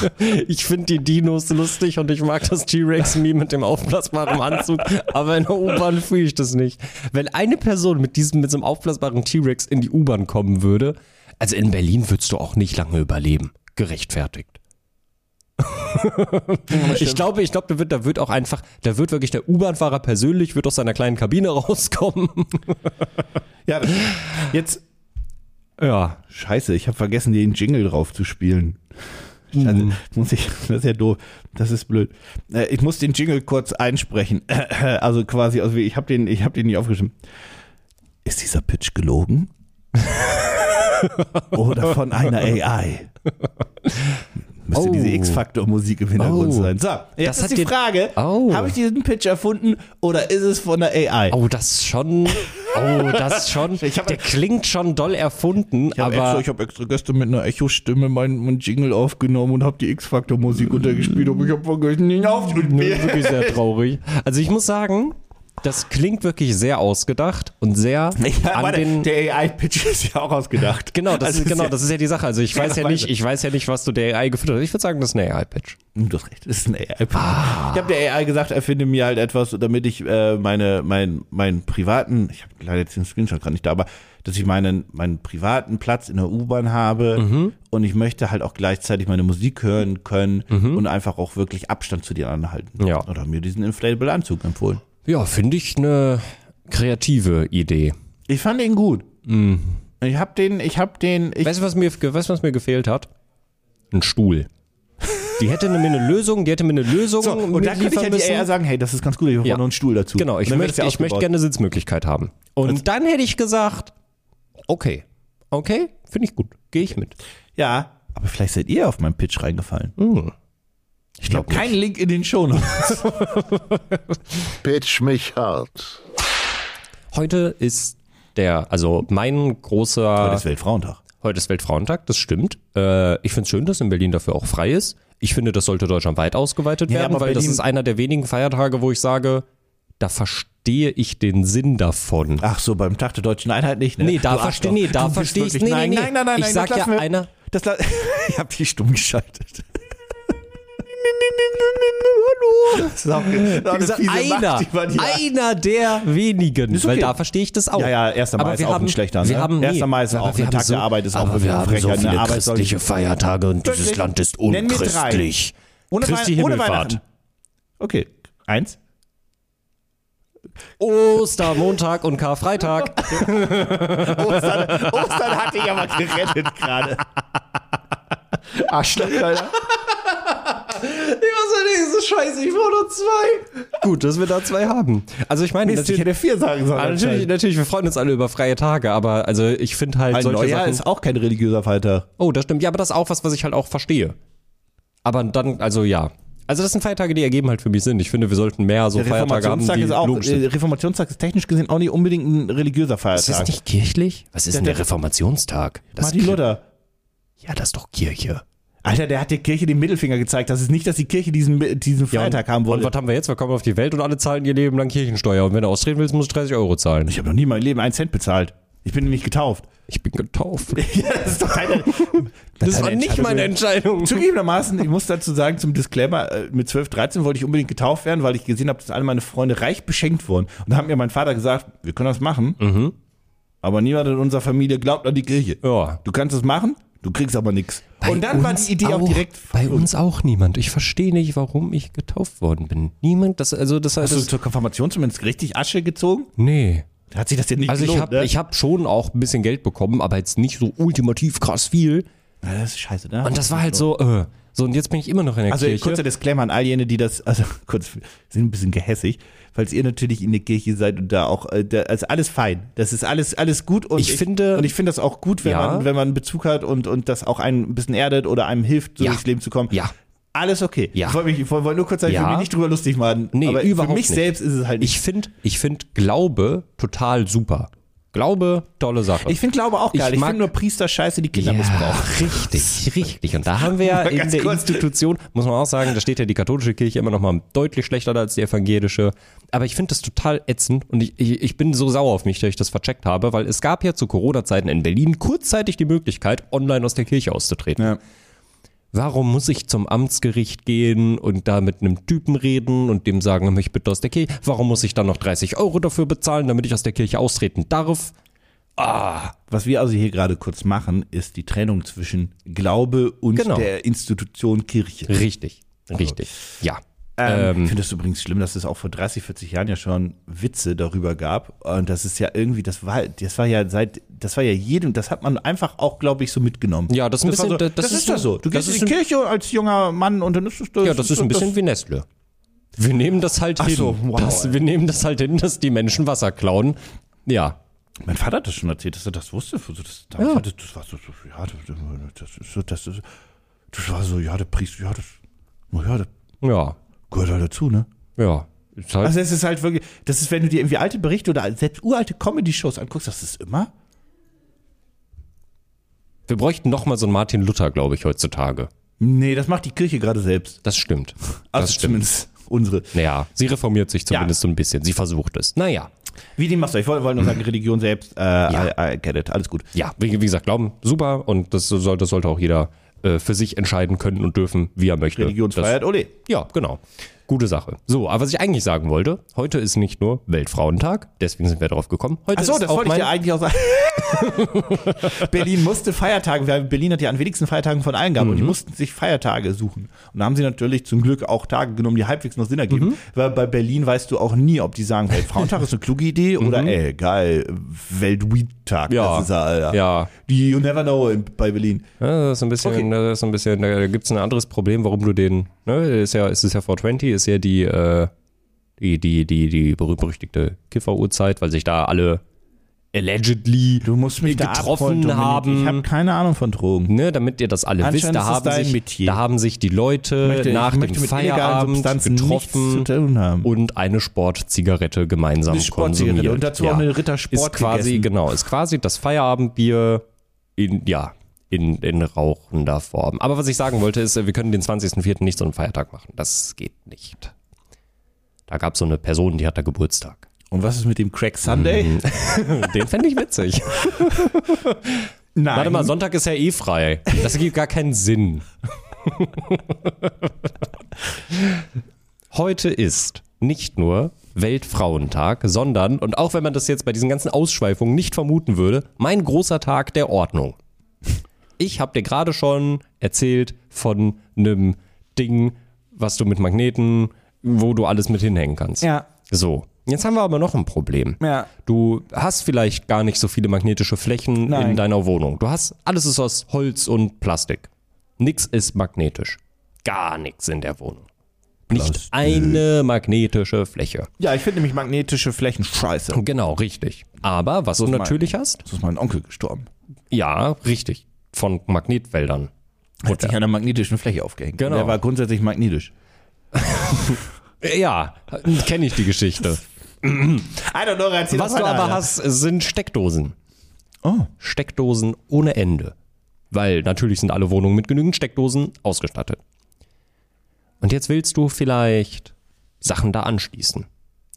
Ich finde die Dinos lustig und ich mag das T-Rex-Meme mit dem aufblasbaren Anzug, aber in der U-Bahn fühle ich das nicht. Wenn eine Person mit diesem, mit so einem aufblasbaren T-Rex in die U-Bahn kommen würde, also in Berlin würdest du auch nicht lange überleben. Gerechtfertigt. ich glaube, ich glaube, da wird, da wird auch einfach, da wird wirklich der U-Bahn-Fahrer persönlich, wird aus seiner kleinen Kabine rauskommen.
Ja, jetzt.
Ja.
Scheiße, ich habe vergessen, den Jingle drauf zu spielen. Scheiße, muss ich, das ist ja doof. Das ist blöd. Äh, Ich muss den Jingle kurz einsprechen. Also quasi, also wie- ich habe den, ich hab den nicht aufgeschrieben. Ist dieser Pitch gelogen? Oder von einer AI? Müsste
Oh.
diese X-Faktor-Musik im Hintergrund
Oh.
sein. So,
Das
jetzt
hat
ist die
den-
Frage,
Oh.
habe ich diesen Pitch erfunden oder ist es von der AI?
Oh, das ist schon. Oh, das ist schon.
Ich hab-
der klingt schon doll erfunden,
Ich habe extra,
aber
ich hab extra gestern mit einer Echo-Stimme meinen meinen Jingle aufgenommen und habe die X-Factor-Musik untergespielt, aber ich habe vergessen, ihn
Nee,
aufzunehmen.
wirklich sehr traurig. Also ich muss sagen, das klingt wirklich sehr ausgedacht und sehr an
warte,
den.
der AI-Pitch ist ja auch ausgedacht.
Genau, das
Also
ist, genau,
ja-
das ist ja die Sache. Also ich weiß
das
ja
weiß
nicht,
ich.
ich weiß ja nicht, was du der AI gefüttert hast. Ich würde sagen, das ist eine AI-Patch.
Hm, Du hast recht, das ist ein AI-Pitch.
Ah.
Ich habe der AI gesagt, erfinde mir halt etwas, damit ich äh, meine, mein, meinen privaten, ich habe leider jetzt den Screenshot gerade nicht da, aber dass ich meinen, meinen privaten Platz in der U-Bahn habe
Mhm.
und ich möchte halt auch gleichzeitig meine Musik hören können und einfach auch wirklich Abstand zu den anderen halten.
Mhm. Ja.
Oder mir diesen Inflatable-Anzug empfohlen.
Ja, finde ich eine kreative Idee.
Ich fand ihn gut.
Mhm.
Ich hab den, ich hab den, ich,
Weißt du, was mir, ge- weißt, du, was mir gefehlt hat? Ein Stuhl. Die hätte mir eine Lösung, die hätte mir eine Lösung
so, und da könnte ich
mitliefern
ja die
müssen.
AI sagen, hey, das ist ganz gut, ich brauche
Ja.
noch einen Stuhl dazu.
Genau, ich
Und dann wird's
möchte,
ja
ich möchte
ausgebaut.
gerne eine Sitzmöglichkeit haben. Und
Also
dann hätte ich gesagt, okay, okay, finde ich gut, gehe ich mit.
Ja, aber vielleicht seid ihr auf meinen Pitch reingefallen.
Hm.
Ich glaube Kein Link in den Show Notes.
Pitch mich hart.
Heute ist der, also mein
Heute
großer,
ist Weltfrauentag.
heute ist Weltfrauentag, das stimmt. Äh, ich finde es schön, dass in Berlin dafür auch frei ist. Ich finde, das sollte deutschlandweit ausgeweitet
Ja,
werden,
aber
weil das
Berlin-
ist einer der wenigen Feiertage, wo ich sage, da verstehe ich den Sinn davon.
Ach so, beim Tag der Deutschen Einheit nicht, ne?
Nee, da
Ah, Du
versteh-
Arschloch.
nee, da
Du bist
versteh ich's.
wirklich-
Nee,
Nein,
nee, nee.
nein, nein, nein.
Ich
nein,
sag
das
ja,
lassen wir-
einer-
Das la- ich hab die stumm geschaltet. Hallo. Das ist auch, das
Wie
ist auch
gesagt,
eine fiese
einer,
Macht, die man hier-
einer der wenigen,
Ist okay.
weil da verstehe ich das auch.
Ja, ja, 1. Mai
aber
ist
wir
auch
haben,
ein schlechter, ne?
Wir haben,
1. Mai ist
aber
auch
wir
ein
haben
Tag der Arbeit, ist auch
aber
eine
wir haben so
Frechheit, ne?
viele
Arbeit soll-
christliche Feiertage und dieses
Wirklich?
Land ist
Nenn mir drei.
unchristlich.
Ohne
Christi
Weihn- ohne
Himmelfahrt.
Weihnachten. Okay, eins.
Ostermontag und Karfreitag.
Ostern, Ostern hatte ich aber gerettet gerade. Arschloch, Alter.
Was war denn diese Scheiße? Ich brauche noch zwei. Gut, dass wir da zwei haben. Also ich meine,
Mist, ich
natürlich,
hätte vier sagen sollen.
Ah, natürlich,
anscheinend.
natürlich, wir freuen uns alle über freie Tage, aber also ich finde halt
Ein
solche
Neujahr
Sachen.
ist auch kein religiöser Feiertag.
Oh, das stimmt. Ja, aber das ist auch was, was ich halt auch verstehe. Aber dann, also ja. Also das sind Feiertage, die ergeben halt für mich Sinn. Ich finde, wir sollten mehr so Feiertage haben, die
ist auch,
logisch sind.
äh, Reformationstag ist technisch gesehen auch nicht unbedingt ein religiöser Feiertag.
Ist das nicht kirchlich? Was ist denn der Reformationstag? Das
Martin
ist Kir-
Luther.
Ja, das ist doch Kirche.
Alter, der hat der Kirche den Mittelfinger gezeigt. Das ist nicht, dass die Kirche diesen, diesen
Ja,
Feiertag haben
und
wollte.
was haben wir jetzt? Wir kommen auf die Welt und alle zahlen ihr Leben lang Kirchensteuer. Und wenn du austreten willst, musst du 30 Euro zahlen.
ich habe noch nie in meinem Leben einen Cent bezahlt. Ich bin nämlich getauft.
Ich bin getauft.
ja, das ist doch keine,
Das war nicht meine Entscheidung.
Zugegebenermaßen, ich muss dazu sagen, zum Disclaimer, äh, mit 12, 13 wollte ich unbedingt getauft werden, weil ich gesehen habe, dass alle meine Freunde reich beschenkt wurden. Und da hat mir mein Vater gesagt, wir können das machen, aber niemand in unserer Familie glaubt an die Kirche.
Mhm. Ja.
Du kannst es machen, du kriegst aber nichts.
Bei
Und dann war
uns
die Idee auch, direkt
Bei uns auch niemand. Ich verstehe nicht, warum ich getauft worden bin. Niemand, das, also das,
Hast du
das
zur Konfirmation zumindest richtig Asche gezogen?
Nee.
Hat sich das denn nicht
Also ich
gelohnt,
habe
ne?
ich hab schon auch ein bisschen Geld bekommen, aber jetzt nicht so ultimativ krass viel.
Ja, das ist scheiße, ne?
Und das war halt so, äh, so und jetzt bin ich immer noch in der
Also kurzer
Kirche.
Disclaimer an all jene, die das, also kurz, sind ein bisschen gehässig, falls ihr natürlich in der Kirche seid und da auch, äh, da, also alles fein. Das ist alles, alles gut und
Ich finde-
und ich finde das auch gut, wenn
Ja.
man, wenn man einen Bezug hat und, und das auch einen ein bisschen erdet oder einem hilft, so
Ja.
durchs Leben zu kommen.
Ja.
Alles okay.
Ja.
Ich wollte mich- ich wollte nur kurz sagen, ich
Ja.
will mich nicht drüber lustig machen.
Nee,
aber
überhaupt
für mich
nicht.
selbst ist es halt nicht.
Ich finde ich find Glaube total super. Glaube, tolle Sache.
Ich, finde Glaube auch
Ich
geil. Ich,
mag-
finde nur Priester scheiße, die Kinder
ja,
missbrauchen.
richtig, richtig. Und da haben wir ja
Mal
in
ganz
der
kurz.
Institution, muss man auch sagen, da steht ja die katholische Kirche immer noch mal deutlich schlechter da als die evangelische. Aber ich finde das total ätzend und ich, ich, ich bin so sauer auf mich, dass ich das vercheckt habe, weil es gab ja zu Corona-Zeiten in Berlin kurzzeitig die Möglichkeit, online aus der Kirche auszutreten.
Ja.
Warum muss ich zum Amtsgericht gehen und da mit einem Typen reden und dem sagen, er möchte bitte aus der Kirche? Warum muss ich dann noch 30 Euro dafür bezahlen, damit ich aus der Kirche austreten darf?
Ah, was wir also hier gerade kurz machen, ist die Trennung zwischen Glaube und
Genau.
der Institution Kirche.
Richtig, richtig. Ja.
Ähm, ich finde das übrigens schlimm, dass es auch vor 30, 40 Jahren ja schon Witze darüber gab. Und das ist ja irgendwie, das war, das war ja seit, das war ja jedem, das hat man einfach auch, glaube ich, so mitgenommen.
Ja, das ist ein
war
bisschen-
so,
das
das,
ist
ist ja
ein-
so. Du
das
gehst in
ist
die
ein-
Kirche als junger Mann und dann ist es das.
Ja, das ist ein bisschen wie Nestle. Wir nehmen das halt
Ach
hin.
so, wow,
dass,
ey.
wir nehmen das halt hin, dass die Menschen Wasser klauen. Ja.
Mein Vater hat das schon erzählt, dass er das wusste. So, Das, das,
Ja.
das, das war so, so, ja, das, das, ist so, das, ist- das war so, ja, der Priester, ja, das, na ja, das
Ja.
gehört halt dazu, ne?
Ja. Ist halt,
Also es ist halt wirklich, das ist, wenn du dir irgendwie alte Berichte oder selbst uralte Comedy-Shows anguckst, das ist immer.
wir bräuchten nochmal so einen Martin Luther, glaube ich, heutzutage.
Nee, das macht die Kirche gerade selbst.
Das stimmt.
Also
Das stimmt.
zumindest unsere.
Naja, sie reformiert sich zumindest so ein bisschen. Sie versucht es. Naja.
Wie dem machst du? Ich wollte wollen nur sagen, Religion selbst, äh, I, I get it, alles gut.
Ja, wie, wie gesagt, Glauben, super. Und das, soll, das sollte auch jeder äh, für sich entscheiden können und dürfen, wie er möchte. Das,
Religionsfreiheit, ole.
Ja, genau. Gute Sache. So, aber was ich eigentlich sagen wollte, heute ist nicht nur Weltfrauentag, deswegen sind wir darauf gekommen. Heute
Achso,
ist
das
auch
wollte ich
mein,
dir eigentlich auch sagen. Berlin musste Feiertage, weil Berlin hat ja an wenigsten Feiertagen von allen gehabt und die mussten sich Feiertage suchen. Und da haben sie natürlich zum Glück auch Tage genommen, die halbwegs noch Sinn ergeben, weil bei Berlin weißt du auch nie, ob die sagen, hey, Frauentag ist eine kluge Idee oder ey, geil, Weltweed-Tag,
Ja.
das ist er, Alter.
Ja.
Die, you never know in, bei Berlin.
Ja, das ist ein bisschen,
Okay.
das ist ein bisschen, da gibt es ein anderes Problem, warum du den, ne, ist ja, ist es ist ja 420, ist ja die, äh, die, die, die, die berühmt-berüchtigte Kiffer-Uhrzeit, weil sich da alle allegedly,
Du musst mich da
Getroffen
abholen, Dominik.
haben.
Ich habe keine Ahnung von Drogen.
ne, damit ihr das alle wisst,
Anscheinend
da
ist es
haben,
dein
sich,
Metier.
da haben sich die Leute
ich
nach dem
möchte mit illegalen
Feierabend
Substanzen
getroffen
nichts zu tun haben.
und eine Sportzigarette gemeinsam
Sportzigarette
konsumiert.
und dazu auch eine Rittersport
Ist quasi,
gegessen.
genau, ist quasi das Feierabendbier in, ja, in, in rauchender Form. Aber was ich sagen wollte, ist, äh, wir können den 20.04. nicht so einen Feiertag machen. Das geht nicht. Da gab es so eine Person, die hat da Geburtstag.
Und was ist mit dem Crack Sunday?
Den fände ich witzig.
Nein.
Warte mal, Sonntag ist ja eh frei. Das ergibt gar keinen Sinn. Heute ist nicht nur Weltfrauentag, sondern, und auch wenn man das jetzt bei diesen ganzen Ausschweifungen nicht vermuten würde, mein großer Tag der Ordnung. Ich habe dir gerade schon erzählt von einem Ding, was du mit Magneten, wo du alles mit hinhängen kannst.
Ja.
So, jetzt haben wir aber noch ein Problem.
Ja.
Du hast vielleicht gar nicht so viele magnetische Flächen in
Nein.
deiner Wohnung. Du hast, alles ist aus Holz und Plastik. Nix ist magnetisch. Gar nichts in der Wohnung. Nicht eine magnetische Fläche.
Ja, ich finde nämlich magnetische Flächen scheiße.
Genau, richtig. Aber was du
mein-
natürlich hast,
Das ist mein Onkel gestorben.
ja, richtig, von Magnetfeldern.
Hat sich an einer magnetischen Fläche aufgehängt.
Genau.
Der war grundsätzlich magnetisch.
Ja, kenne ich die Geschichte.
I don't know, erzähl
Was du aber hast, sind Steckdosen.
Oh.
Steckdosen ohne Ende. Weil natürlich sind alle Wohnungen mit genügend Steckdosen ausgestattet. Und jetzt willst du vielleicht Sachen da anschließen.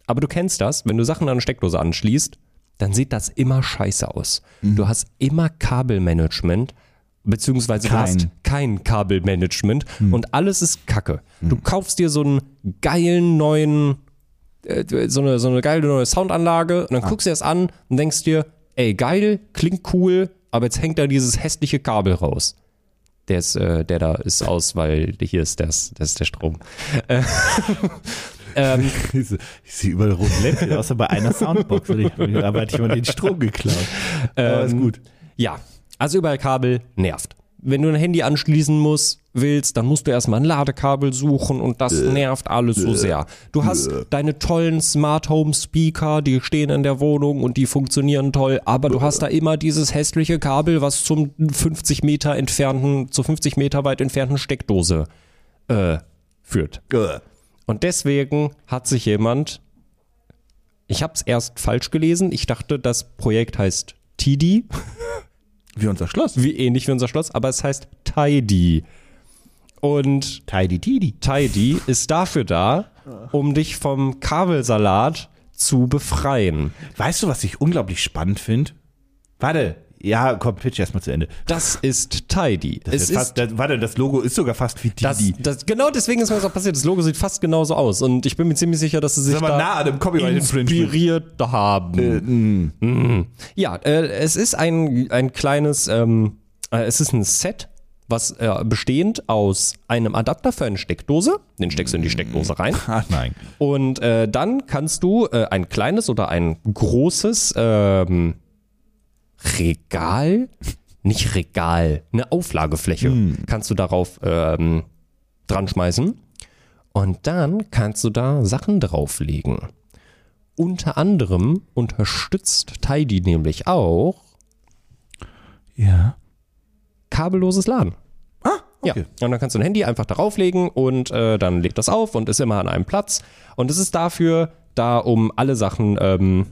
Aber du kennst das, wenn du Sachen an eine Steckdose anschließt, dann sieht das immer scheiße aus. Du hast immer Kabelmanagement, beziehungsweise
Kein.
du hast kein Kabelmanagement und alles ist Kacke. Du kaufst dir so einen geilen neuen äh, so eine, so eine geile neue Soundanlage und dann guckst du dir das an und denkst dir, ey, geil, klingt cool, aber jetzt hängt da dieses hässliche Kabel raus. Der, ist, äh, der da ist aus, weil hier ist, das, das ist der Strom. Ähm,
Ich sehe überall Roulette, außer bei einer Soundbox. Und ich, da hatte ich mal den Strom geklaut. Aber ist gut.
Ja, also überall Kabel nervt. Wenn du ein Handy anschließen musst, willst, dann musst du erstmal ein Ladekabel suchen und das nervt alles so sehr. Du hast deine tollen Smart Home Speaker, die stehen in der Wohnung und die funktionieren toll, aber du hast da immer dieses hässliche Kabel, was zum 50 Meter entfernten, zur 50 Meter weit entfernten Steckdose äh, führt.
Äh,
Und deswegen hat sich jemand, ich habe es erst falsch gelesen, ich dachte, das Projekt heißt TD,
Wie unser Schloss.
wie ähnlich wie unser Schloss, aber es heißt Tidy. Und
Tidy Tidy.
Tidy ist dafür da, um dich vom Kabelsalat zu befreien.
Weißt du, was ich unglaublich spannend finde? Warte, Ja, komm, pitch erstmal zu Ende.
Das ist Tidy.
Das
es
ist
ist
fast, das, warte, das Logo ist sogar fast wie
das,
Didi.
das, genau deswegen ist mir das auch passiert. Das Logo sieht fast genauso aus. Und ich bin mir ziemlich sicher, dass sie sich
aber
da
nah an dem Copyright Infringement. Äh, mm.
inspiriert haben. Mhm. Ja, äh, es ist ein, ein kleines, ähm, äh, es ist ein Set, was äh, bestehend aus einem Adapter für eine Steckdose. Den steckst du in die Steckdose rein.
Ach nein.
Und äh, dann kannst du äh, ein kleines oder ein großes ähm, Regal, nicht Regal, eine Auflagefläche kannst du darauf ähm, dran schmeißen. Und dann kannst du da Sachen drauflegen. Unter anderem unterstützt Tidy nämlich auch
Ja.
kabelloses Laden.
Ah, okay.
Ja, und dann kannst du ein Handy einfach darauf legen und äh, dann legt das auf und ist immer an einem Platz. Und es ist dafür da, um alle Sachen, ähm,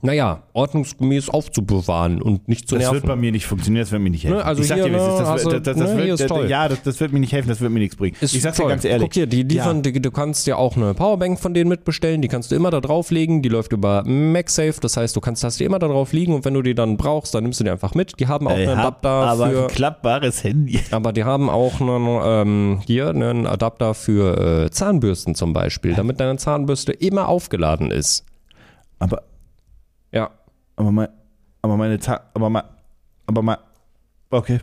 naja, ordnungsgemäß aufzubewahren und nicht zu
Das wird
nerven.
bei mir nicht funktionieren, das wird mir nicht helfen.
Ne, also
ich sag
hier,
dir, wie es
ne,
ist, das,
hast
wird-
du-
das, das, das
ne, hier
wird,
ist
das,
toll.
ja, das, das wird mir nicht helfen, das wird mir nichts bringen.
Ist
ich sag's dir
toll.
ganz ehrlich.
Guck hier, die liefern,
ja.
die, du kannst ja auch eine Powerbank von denen mitbestellen, die kannst du immer da drauflegen, die läuft über MagSafe, das heißt, du kannst hast die immer da drauf liegen und wenn du die dann brauchst, dann nimmst du die einfach mit. Die haben auch
Ich
einen
Äh, hab
Adapter
aber
für
ein klappbares Handy.
Aber die haben auch einen, ähm, hier einen Adapter für äh, Zahnbürsten zum Beispiel, damit deine Zahnbürste immer aufgeladen ist.
Aber,
Ja.
aber, mein, aber meine Ta aber mein, aber mein, okay.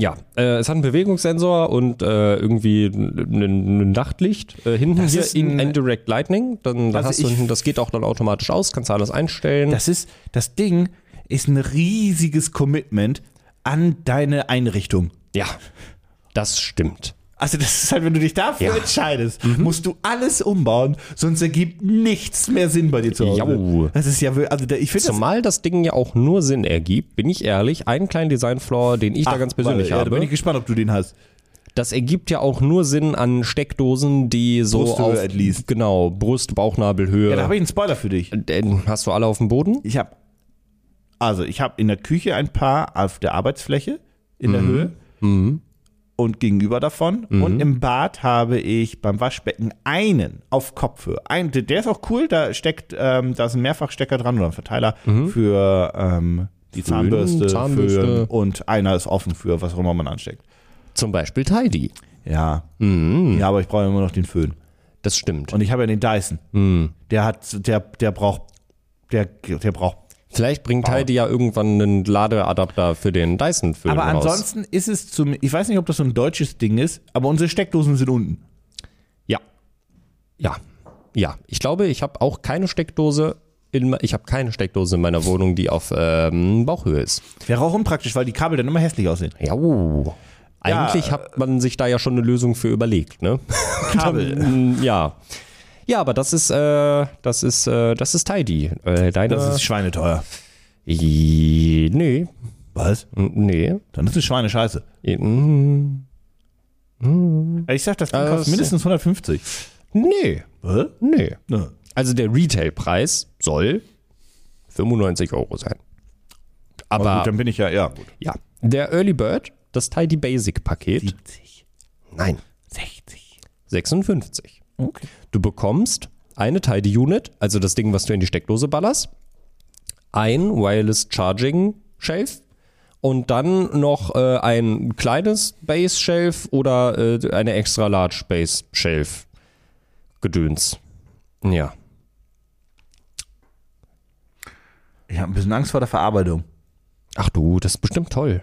Ja, äh, es hat einen Bewegungssensor und äh, irgendwie ein- ein ein Nachtlicht. Äh, hinten
Das
hier
ist
in
ein-
Indirect Lightning, dann, dann
Also
hast
ich-
du hinten, das geht auch dann automatisch aus, kannst du alles einstellen.
Das ist, das Ding ist ein riesiges Commitment an deine Einrichtung.
ja, das stimmt.
Also das ist halt, wenn du dich dafür
Ja. Mhm.
entscheidest, musst du alles umbauen, sonst ergibt nichts mehr Sinn bei dir zu Hause.
Jau.
Das ist ja, wir- also da- ich finde das...
Zumal das Ding ja auch nur Sinn ergibt, bin ich ehrlich, einen kleinen Designflaw, den ich da ganz persönlich
warte, ja, äh, da
habe.
bin ich gespannt, ob du den hast.
Das ergibt ja auch nur Sinn an Steckdosen, die so
Brusthöhe
auf
at least.
genau Brust, Bauchnabelhöhe.
Ja, da habe ich einen Spoiler für dich.
Den hast du alle auf dem Boden?
Ich habe, also ich habe in der Küche ein paar auf der Arbeitsfläche in der Höhe Mhm. und gegenüber davon. Und im Bad habe ich beim Waschbecken einen auf Kopfhöhe. Ein, der der ist auch cool, da steckt, ähm, da ist ein Mehrfachstecker dran oder ein Verteiler Mhm. für ähm, die Zahnbürste,
Zahnbürste.
Föhn und einer ist offen für was auch immer man ansteckt.
Zum Beispiel Tidy.
Ja. Ja, aber ich brauche immer noch den Föhn.
Das stimmt.
Und ich habe ja den Dyson. Der hat, der, der braucht, der, der braucht
Vielleicht bringt Tidy ja irgendwann einen Ladeadapter für den Dyson für
Aber
raus.
ansonsten ist es zum, ich weiß nicht, ob das so ein deutsches Ding ist, aber unsere Steckdosen sind unten.
Ja. Ja. Ja. Ich glaube, ich habe auch keine Steckdose in ich habe keine Steckdose in meiner Wohnung, die auf ähm, Bauchhöhe ist.
Wäre auch unpraktisch, weil die Kabel dann immer hässlich aussehen.
Ja. Eigentlich hat man sich da ja schon eine Lösung für überlegt, ne?
Kabel.
Mm, ja. Ja, aber das ist, äh, das ist, äh, das ist Tidy. Äh, deine.
Das ist schweineteuer.
I, nee.
Was?
Mm, Nee.
Dann ist es Schweinescheiße.
I, mm,
Ich sag, das Ding
Also,
kostet mindestens 150.
Nee.
Hä?
Nee.
Ne.
Also der Retailpreis soll 95 Euro sein. Aber
Gut, dann bin ich ja, ja. Gut.
ja, der Early Bird, das Tidy Basic Paket,
70,
nein,
60.
56.
Okay.
Du bekommst eine Tidy Unit, also das Ding, was du in die Steckdose ballerst, ein Wireless Charging Shelf und dann noch äh, ein kleines Base Shelf oder äh, eine extra Large Base Shelf Gedöns. Ja.
Ich habe ein bisschen Angst vor der Verarbeitung.
Ach du, das ist bestimmt toll.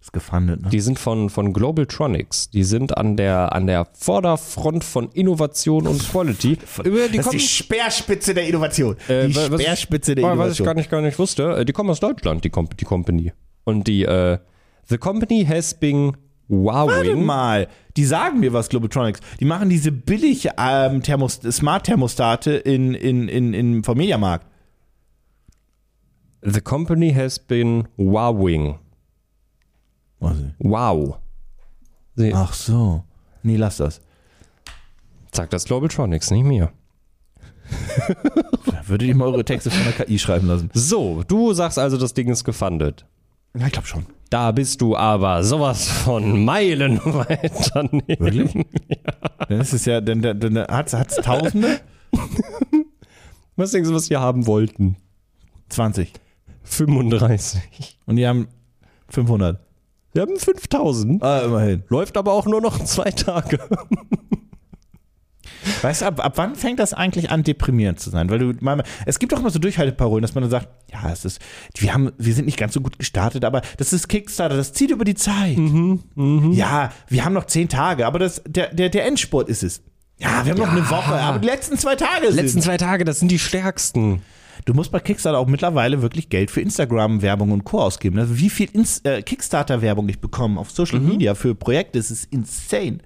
Ist gefundet, ne?
Die sind von, von Globaltronics. Die sind an der, an der Vorderfront von Innovation und Quality. Über
das
die
ist
kommen,
die Speerspitze der Innovation. die
Äh, wa- was ich-
Speerspitze der
wa- Was ich
Innovation.
gar nicht, gar nicht wusste. äh, Die kommen aus Deutschland, die, Com die Company. Und die, äh, the company has been
Warte
wowing.
mal, die sagen mir was, Globetronics. Die machen diese billig ähm, Thermos Smart-Thermostate in, in, in, in, vom Mediamarkt.
The company has been wowing.
Weiß nicht.
Wow. Sie,
Ach so. Nee, lass das.
Sagt das Globaltronics, nicht mir.
Würdet ihr mal eure Texte von der KI schreiben lassen?
So, du sagst also, das Ding ist gefundet.
Ja, ich glaube schon.
Da bist du aber sowas von Meilen weit daneben.
Wirklich? Dann ist es ja, dann, dann, dann hat's, hat's Tausende?
Was denkst du, was wir haben wollten?
20.
35.
Und die haben 500.
Wir haben 5000.
Ah, immerhin.
Läuft aber auch nur noch zwei Tage.
Weißt du, ab, ab wann fängt das eigentlich an, deprimierend zu sein? Weil du, manchmal- es gibt doch immer so Durchhalteparolen, dass man dann sagt, ja, es ist, wir haben, wir sind nicht ganz so gut gestartet, aber das ist Kickstarter, das zieht über die Zeit. Ja, wir haben noch zehn Tage, aber das, der, der, der Endspurt ist es. Ja, wir haben noch eine Woche, aber die letzten zwei Tage sind
Letzten zwei Tage, das sind die stärksten.
Du musst bei Kickstarter auch mittlerweile wirklich Geld für Instagram-Werbung und Co. ausgeben. Also wie viel Ins- äh, Kickstarter-Werbung ich bekomme auf Social Media für Projekte, das ist insane.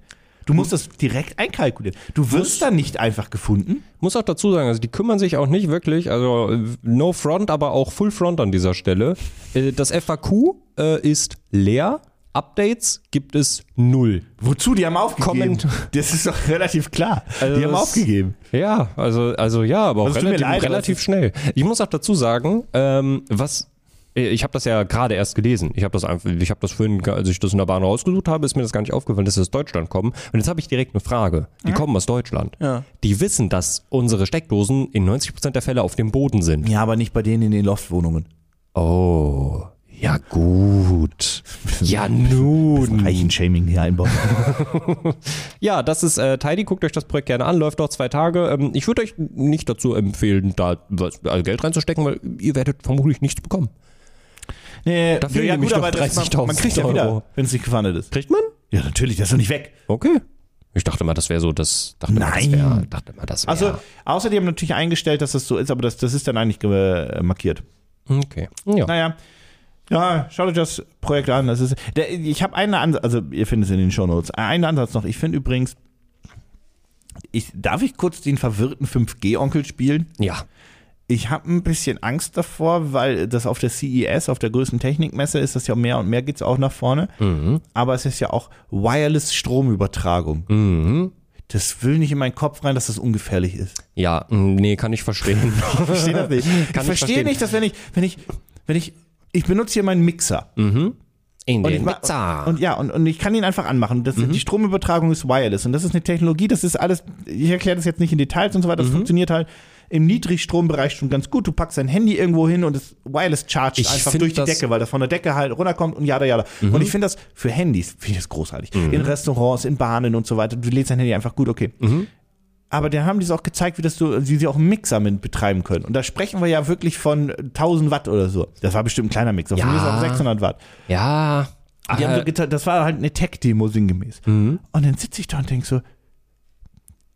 Du musst das direkt einkalkulieren. Du wirst dann nicht einfach gefunden.
Muss auch dazu sagen, also die kümmern sich auch nicht wirklich, also äh, no front, aber auch full front an dieser Stelle. Äh, Das FAQ äh, ist leer. Updates gibt es null.
Wozu? Die haben aufgegeben.
Comment.
Das ist doch relativ klar.
Also
die haben
das-
aufgegeben.
Ja, also, also ja, aber auch
Also es tut mir
relativ,
leid, aber es
relativ
ist-
schnell. Ich muss auch dazu sagen, ähm, was äh, ich habe das ja gerade erst gelesen. Ich habe das einfach, ich habe das vorhin, ge- als ich das in der Bahn rausgesucht habe, ist mir das gar nicht aufgefallen, dass sie aus Deutschland kommen. Und jetzt habe ich direkt eine Frage. Die kommen aus Deutschland. Die wissen, dass unsere Steckdosen in 90% der Fälle auf dem Boden sind.
Ja, aber nicht bei denen in den Loftwohnungen.
Oh, ja gut. Ja nun.
Reichenschaming hier einbauen.
Ja, das ist äh, Tidy. Guckt euch das Projekt gerne an. Läuft auch zwei Tage. Ähm, ich würde euch nicht dazu empfehlen, da was, also Geld reinzustecken, weil ihr werdet vermutlich nichts bekommen.
nee,
Da fehlen nämlich noch
das- man, man
30.000
kriegt ja wieder,
Euro.
wenn es nicht gefundet ist.
Kriegt man?
Ja, natürlich, das ist doch nicht weg.
Okay. Ich dachte mal, das wäre so das. Dachte Mal, das
Nein.
wär, dachte mal, das wär,
Also, außer die haben natürlich eingestellt, dass das so ist, aber das, das ist dann eigentlich äh, markiert.
Okay. Ja.
Naja. Ja, schaut euch das Projekt an. Das ist, der, ich habe einen Ansatz, also ihr findet es in den Shownotes. Einen Ansatz noch. Ich finde übrigens, ich, darf ich kurz den verwirrten 5G-Onkel spielen?
Ja.
Ich habe ein bisschen Angst davor, weil das auf der CES, auf der größten Technikmesse, ist das ja mehr und mehr geht's auch nach vorne.
Mhm.
Aber es ist ja auch Wireless-Stromübertragung.
Mhm.
Das will nicht in meinen Kopf rein, dass das ungefährlich ist.
Ja. mm, Nee, kann ich verstehen.
Ich verstehe das nicht. ich
Kann ich
verstehe
verstehen.
nicht, dass wenn ich, wenn ich, wenn ich, ich benutze hier meinen Mixer.
In
ich
den
ma-
Pizza.
Und ja, und, und ich kann ihn einfach anmachen.
Mhm.
Das, Die Stromübertragung ist wireless. Und das ist eine Technologie, das ist alles, ich erkläre das jetzt nicht in Details und so weiter,
Mhm.
das funktioniert halt im Niedrigstrombereich schon ganz gut. Du packst dein Handy irgendwo hin und es wireless charged
Ich
einfach
find
durch die
das- Mhm.
Decke, weil das von der Decke halt runterkommt und jada jada. Und ich finde das für Handys, finde ich das großartig. In Restaurants, in Bahnen und so weiter. Du lädst dein Handy einfach gut, okay.
Mhm.
Aber dann haben die es auch gezeigt, wie, das so, wie sie auch einen Mixer mit betreiben können. Und da sprechen wir ja wirklich von 1000 Watt oder so. Das war bestimmt ein kleiner Mixer. Von mir ist auch 600 Watt.
Ja.
Und Die haben so
Äh, Mhm.
getan, das war halt eine Tech-Demo sinngemäß. Und dann sitze ich da und denke so,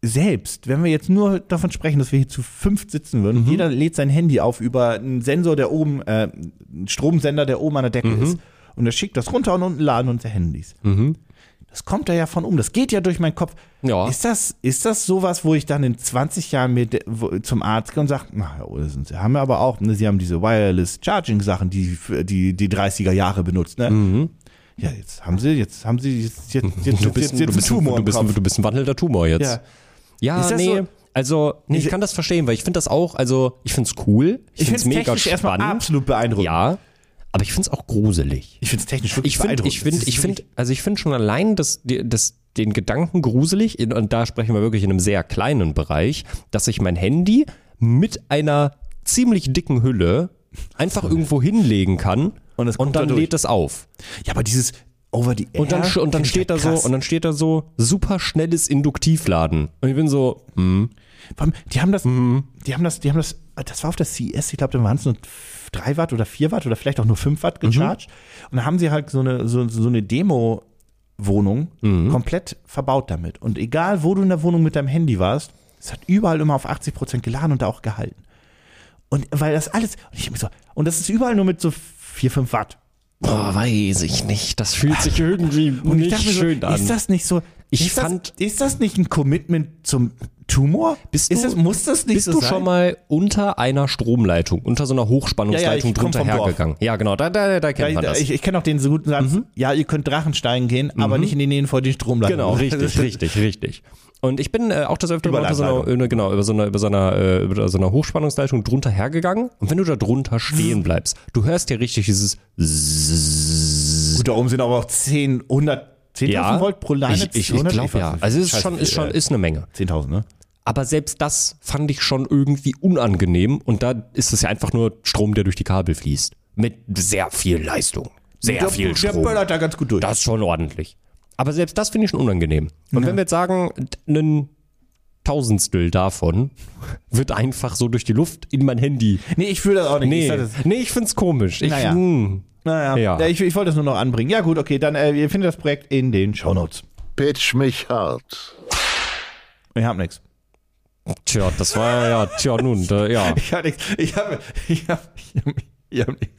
selbst wenn wir jetzt nur davon sprechen, dass wir hier zu fünf sitzen würden,
Mhm.
und jeder lädt sein Handy auf über einen Sensor, der oben, äh, einen Stromsender, der oben an der
Mhm.
Decke ist. Und er schickt das runter und unten laden unsere Handys. Das kommt da ja von um. Das geht ja durch meinen Kopf.
Ja.
Ist, das, ist das sowas, wo ich dann in 20 Jahren mir de- wo, zum Arzt gehe und sage, na, Herr Olsen, Sie haben ja aber auch, ne, Sie haben diese Wireless-Charging-Sachen, die, für- die die 30er Jahre benutzt,
Mhm.
ne? Ja, jetzt haben Sie, jetzt haben Sie, jetzt, jetzt, jetzt,
du bist,
jetzt, jetzt
du, bist,
einen Tumor
du, bist,
im Kopf.
du bist ein wandelnder Tumor jetzt.
Ja.
Ja,
Ist das
nee.
so-
Also, nee, ich
Ist-
kann das verstehen, weil ich finde das auch, also, ich finde es cool. Ich,
Ich
finde es
finde
mega
technisch erstmal
spannend.
absolut beeindruckend.
Ja, aber ich finde es auch gruselig.
Ich finde es technisch wirklich
Ich finde,
beeindruckend.
ich finde,
Das ist
ich finde,
wirklich-
also ich finde schon allein, dass, dass den Gedanken gruselig, in- und da sprechen wir wirklich in einem sehr kleinen Bereich, dass ich mein Handy mit einer ziemlich dicken Hülle einfach irgendwo hinlegen kann
Und
und,
es kommt da
dann
durch.
lädt es auf.
Ja, aber dieses over the air
Und dann, sch- und dann
find ich
steht da
halt
so,
krass.
und dann steht da so, super schnelles Induktivladen. Und ich bin so,
Vor allem, die haben das,
Mhm.
die haben das, die haben das, das war auf der CES, ich glaube, da waren es nur 3 Watt oder 4 Watt oder vielleicht auch nur 5 Watt
Mhm.
gecharged. Und da haben sie halt so eine, so, so eine Demo-Wohnung
Mhm.
komplett verbaut damit. Und egal, wo du in der Wohnung mit deinem Handy warst, es hat überall immer auf 80 Prozent geladen und da auch gehalten. Und weil das alles, und ich hab mich so, und das ist überall nur mit so 4, 5 Watt.
boah, weiß ich nicht. Das fühlt sich irgendwie
Und ich
nicht
dachte mir so,
schön an.
ist das nicht so,
Ich
ist,
fand-
das, ist das nicht ein Commitment zum Tumor?
Bist
ist
du-
das, muss das nicht
Bist
so
du
sein?
schon mal unter einer Stromleitung, unter so einer
Ja, ja,
Hochspannungsleitung
ich komm
drunter
vom Dorf.
hergegangen? Ja, genau, da, da, da kennt
Ja,
man das.
ich ich kenne auch den so guten Satz,
Mhm.
ja, ihr könnt Drachensteigen gehen, aber nicht in die Nähe vor den Stromleitungen.
Genau,
Das
richtig,
ist-
richtig, richtig. Und ich bin äh, auch das öfter mal unter so einer,
Überleitung.
äh, genau, über so einer, über so einer, äh, über so einer Hochspannungsleitung drunter hergegangen. Und wenn du da drunter stehen bleibst, du hörst ja richtig dieses Zzzz.
Gut, da oben sind aber auch 10, 100, 10.000 Volt pro Leine.
Ich, ich, ich
100?
glaube
weiß
ja.
nicht.
Also es ist
Scheiße,
schon, ist schon,
äh,
ist eine Menge.
10.000, ne?
Aber selbst das fand ich schon irgendwie unangenehm. Und da ist es ja einfach nur Strom, der durch die Kabel fließt. Mit sehr viel Leistung. Sehr
Der-
viel
Der
Strom.
böllert da ganz gut durch.
Das ist schon ordentlich. Aber selbst das finde ich schon unangenehm. Und wenn wir jetzt sagen, ein Tausendstel davon wird einfach so durch die Luft in mein Handy.
nee, ich fühle das auch nicht. Ich
Nee,
sag das,
nee ich find's komisch. Ich,
Naja.
hm.
naja,
Ja.
ja. ich, ich wollte das nur noch anbringen. Ja gut, okay, dann äh, ihr findet das Projekt in den Shownotes.
Pitch mich hart.
Ich hab nix.
Tja, das war ja, tja, nun, da, ja.
Ich hab nix. Ich hab, ich hab, ich hab, ich hab nix.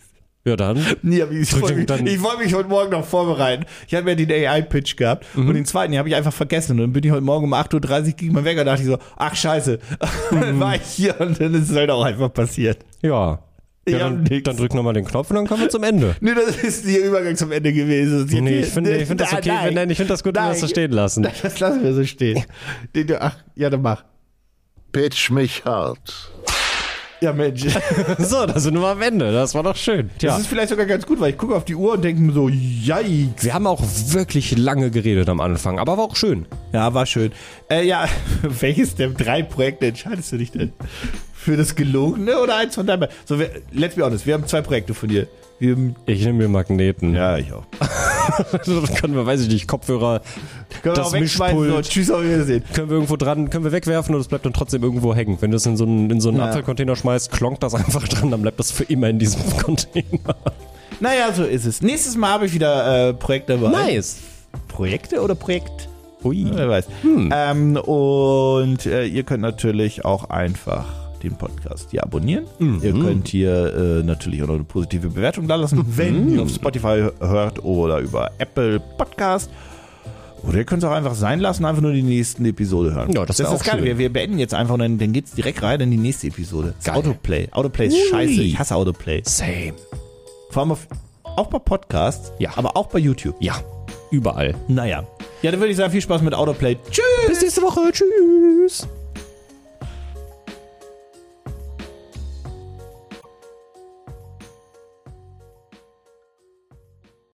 Ja, dann.
Nee, aber ich
Drück
wollte
den dann-
mich, ich wollte mich heute Morgen noch vorbereiten. Ich habe ja den AI-Pitch gehabt
Mhm.
und den zweiten, den habe ich einfach vergessen. Und dann bin ich heute Morgen um 8.30 Uhr gegen meinen Wecker und dachte ich so, ach scheiße. dann war ich hier und dann ist es halt auch einfach passiert.
Ja. ja
Ich hab
dann,
nix.
dann drück nochmal den Knopf und dann kommen wir zum Ende.
Nee, das ist der Übergang zum Ende gewesen. Das ist
Nee,
jetzt-
ich finde ich find das
Nein,
okay. Wenn, nein, ich finde das gut, wenn wir das so
Nein.
stehen lassen.
Das lassen wir so stehen. Den, du- ach, ja, dann mach.
Pitch mich hart.
Ja, Mensch.
So, da sind wir am Ende. Das war doch schön.
Das
Tja.
ist vielleicht sogar ganz gut, weil ich gucke auf die Uhr und denke mir so, yikes.
Wir haben auch wirklich lange geredet am Anfang, aber war auch schön.
Ja, war schön. Äh, ja, welches der drei Projekte entscheidest du dich denn? Für das Gelogene oder eins von deinem? So, wir, let's be honest, wir haben zwei Projekte von dir. Wir haben,
Ich nehme mir Magneten.
ja, ich auch.
Dann können wir, weiß ich nicht, Kopfhörer
Können
Das
wir auch wegschmeißen. So,
Mischpult.
tschüss, auf Wiedersehen.
können wir irgendwo dran, können wir wegwerfen und es bleibt dann trotzdem irgendwo hängen. Wenn du es in so einen, in so einen
Ja.
Abfallcontainer schmeißt, klonkt das einfach dran, dann bleibt das für immer in diesem Container.
Naja, so ist es. Nächstes Mal habe ich wieder äh, Projekte dabei.
Nice.
Projekte oder Projekt?
Ui.
Wer weiß.
Hm.
Ähm, und äh, ihr könnt natürlich auch einfach den Podcast hier abonnieren.
Mhm.
Ihr könnt hier äh, natürlich auch noch eine positive Bewertung da
Mhm.
lassen, wenn ihr auf Spotify hört oder über Apple Podcast. Oder ihr könnt es auch einfach sein lassen, einfach nur die nächsten Episode hören.
Ja, das wär auch
ist geil.
schön.
Wir, wir beenden jetzt einfach und dann, dann geht's direkt rein in die nächste Episode. Das
Geil.
Autoplay. Autoplay ist
Ui.
scheiße. Ich hasse Autoplay.
Same.
Vor allem auf, auch bei Podcasts,
Ja.
aber auch bei YouTube.
Ja. Überall.
Naja. Ja, dann würde ich sagen, viel Spaß mit Autoplay. Tschüss!
Bis nächste Woche. Tschüss.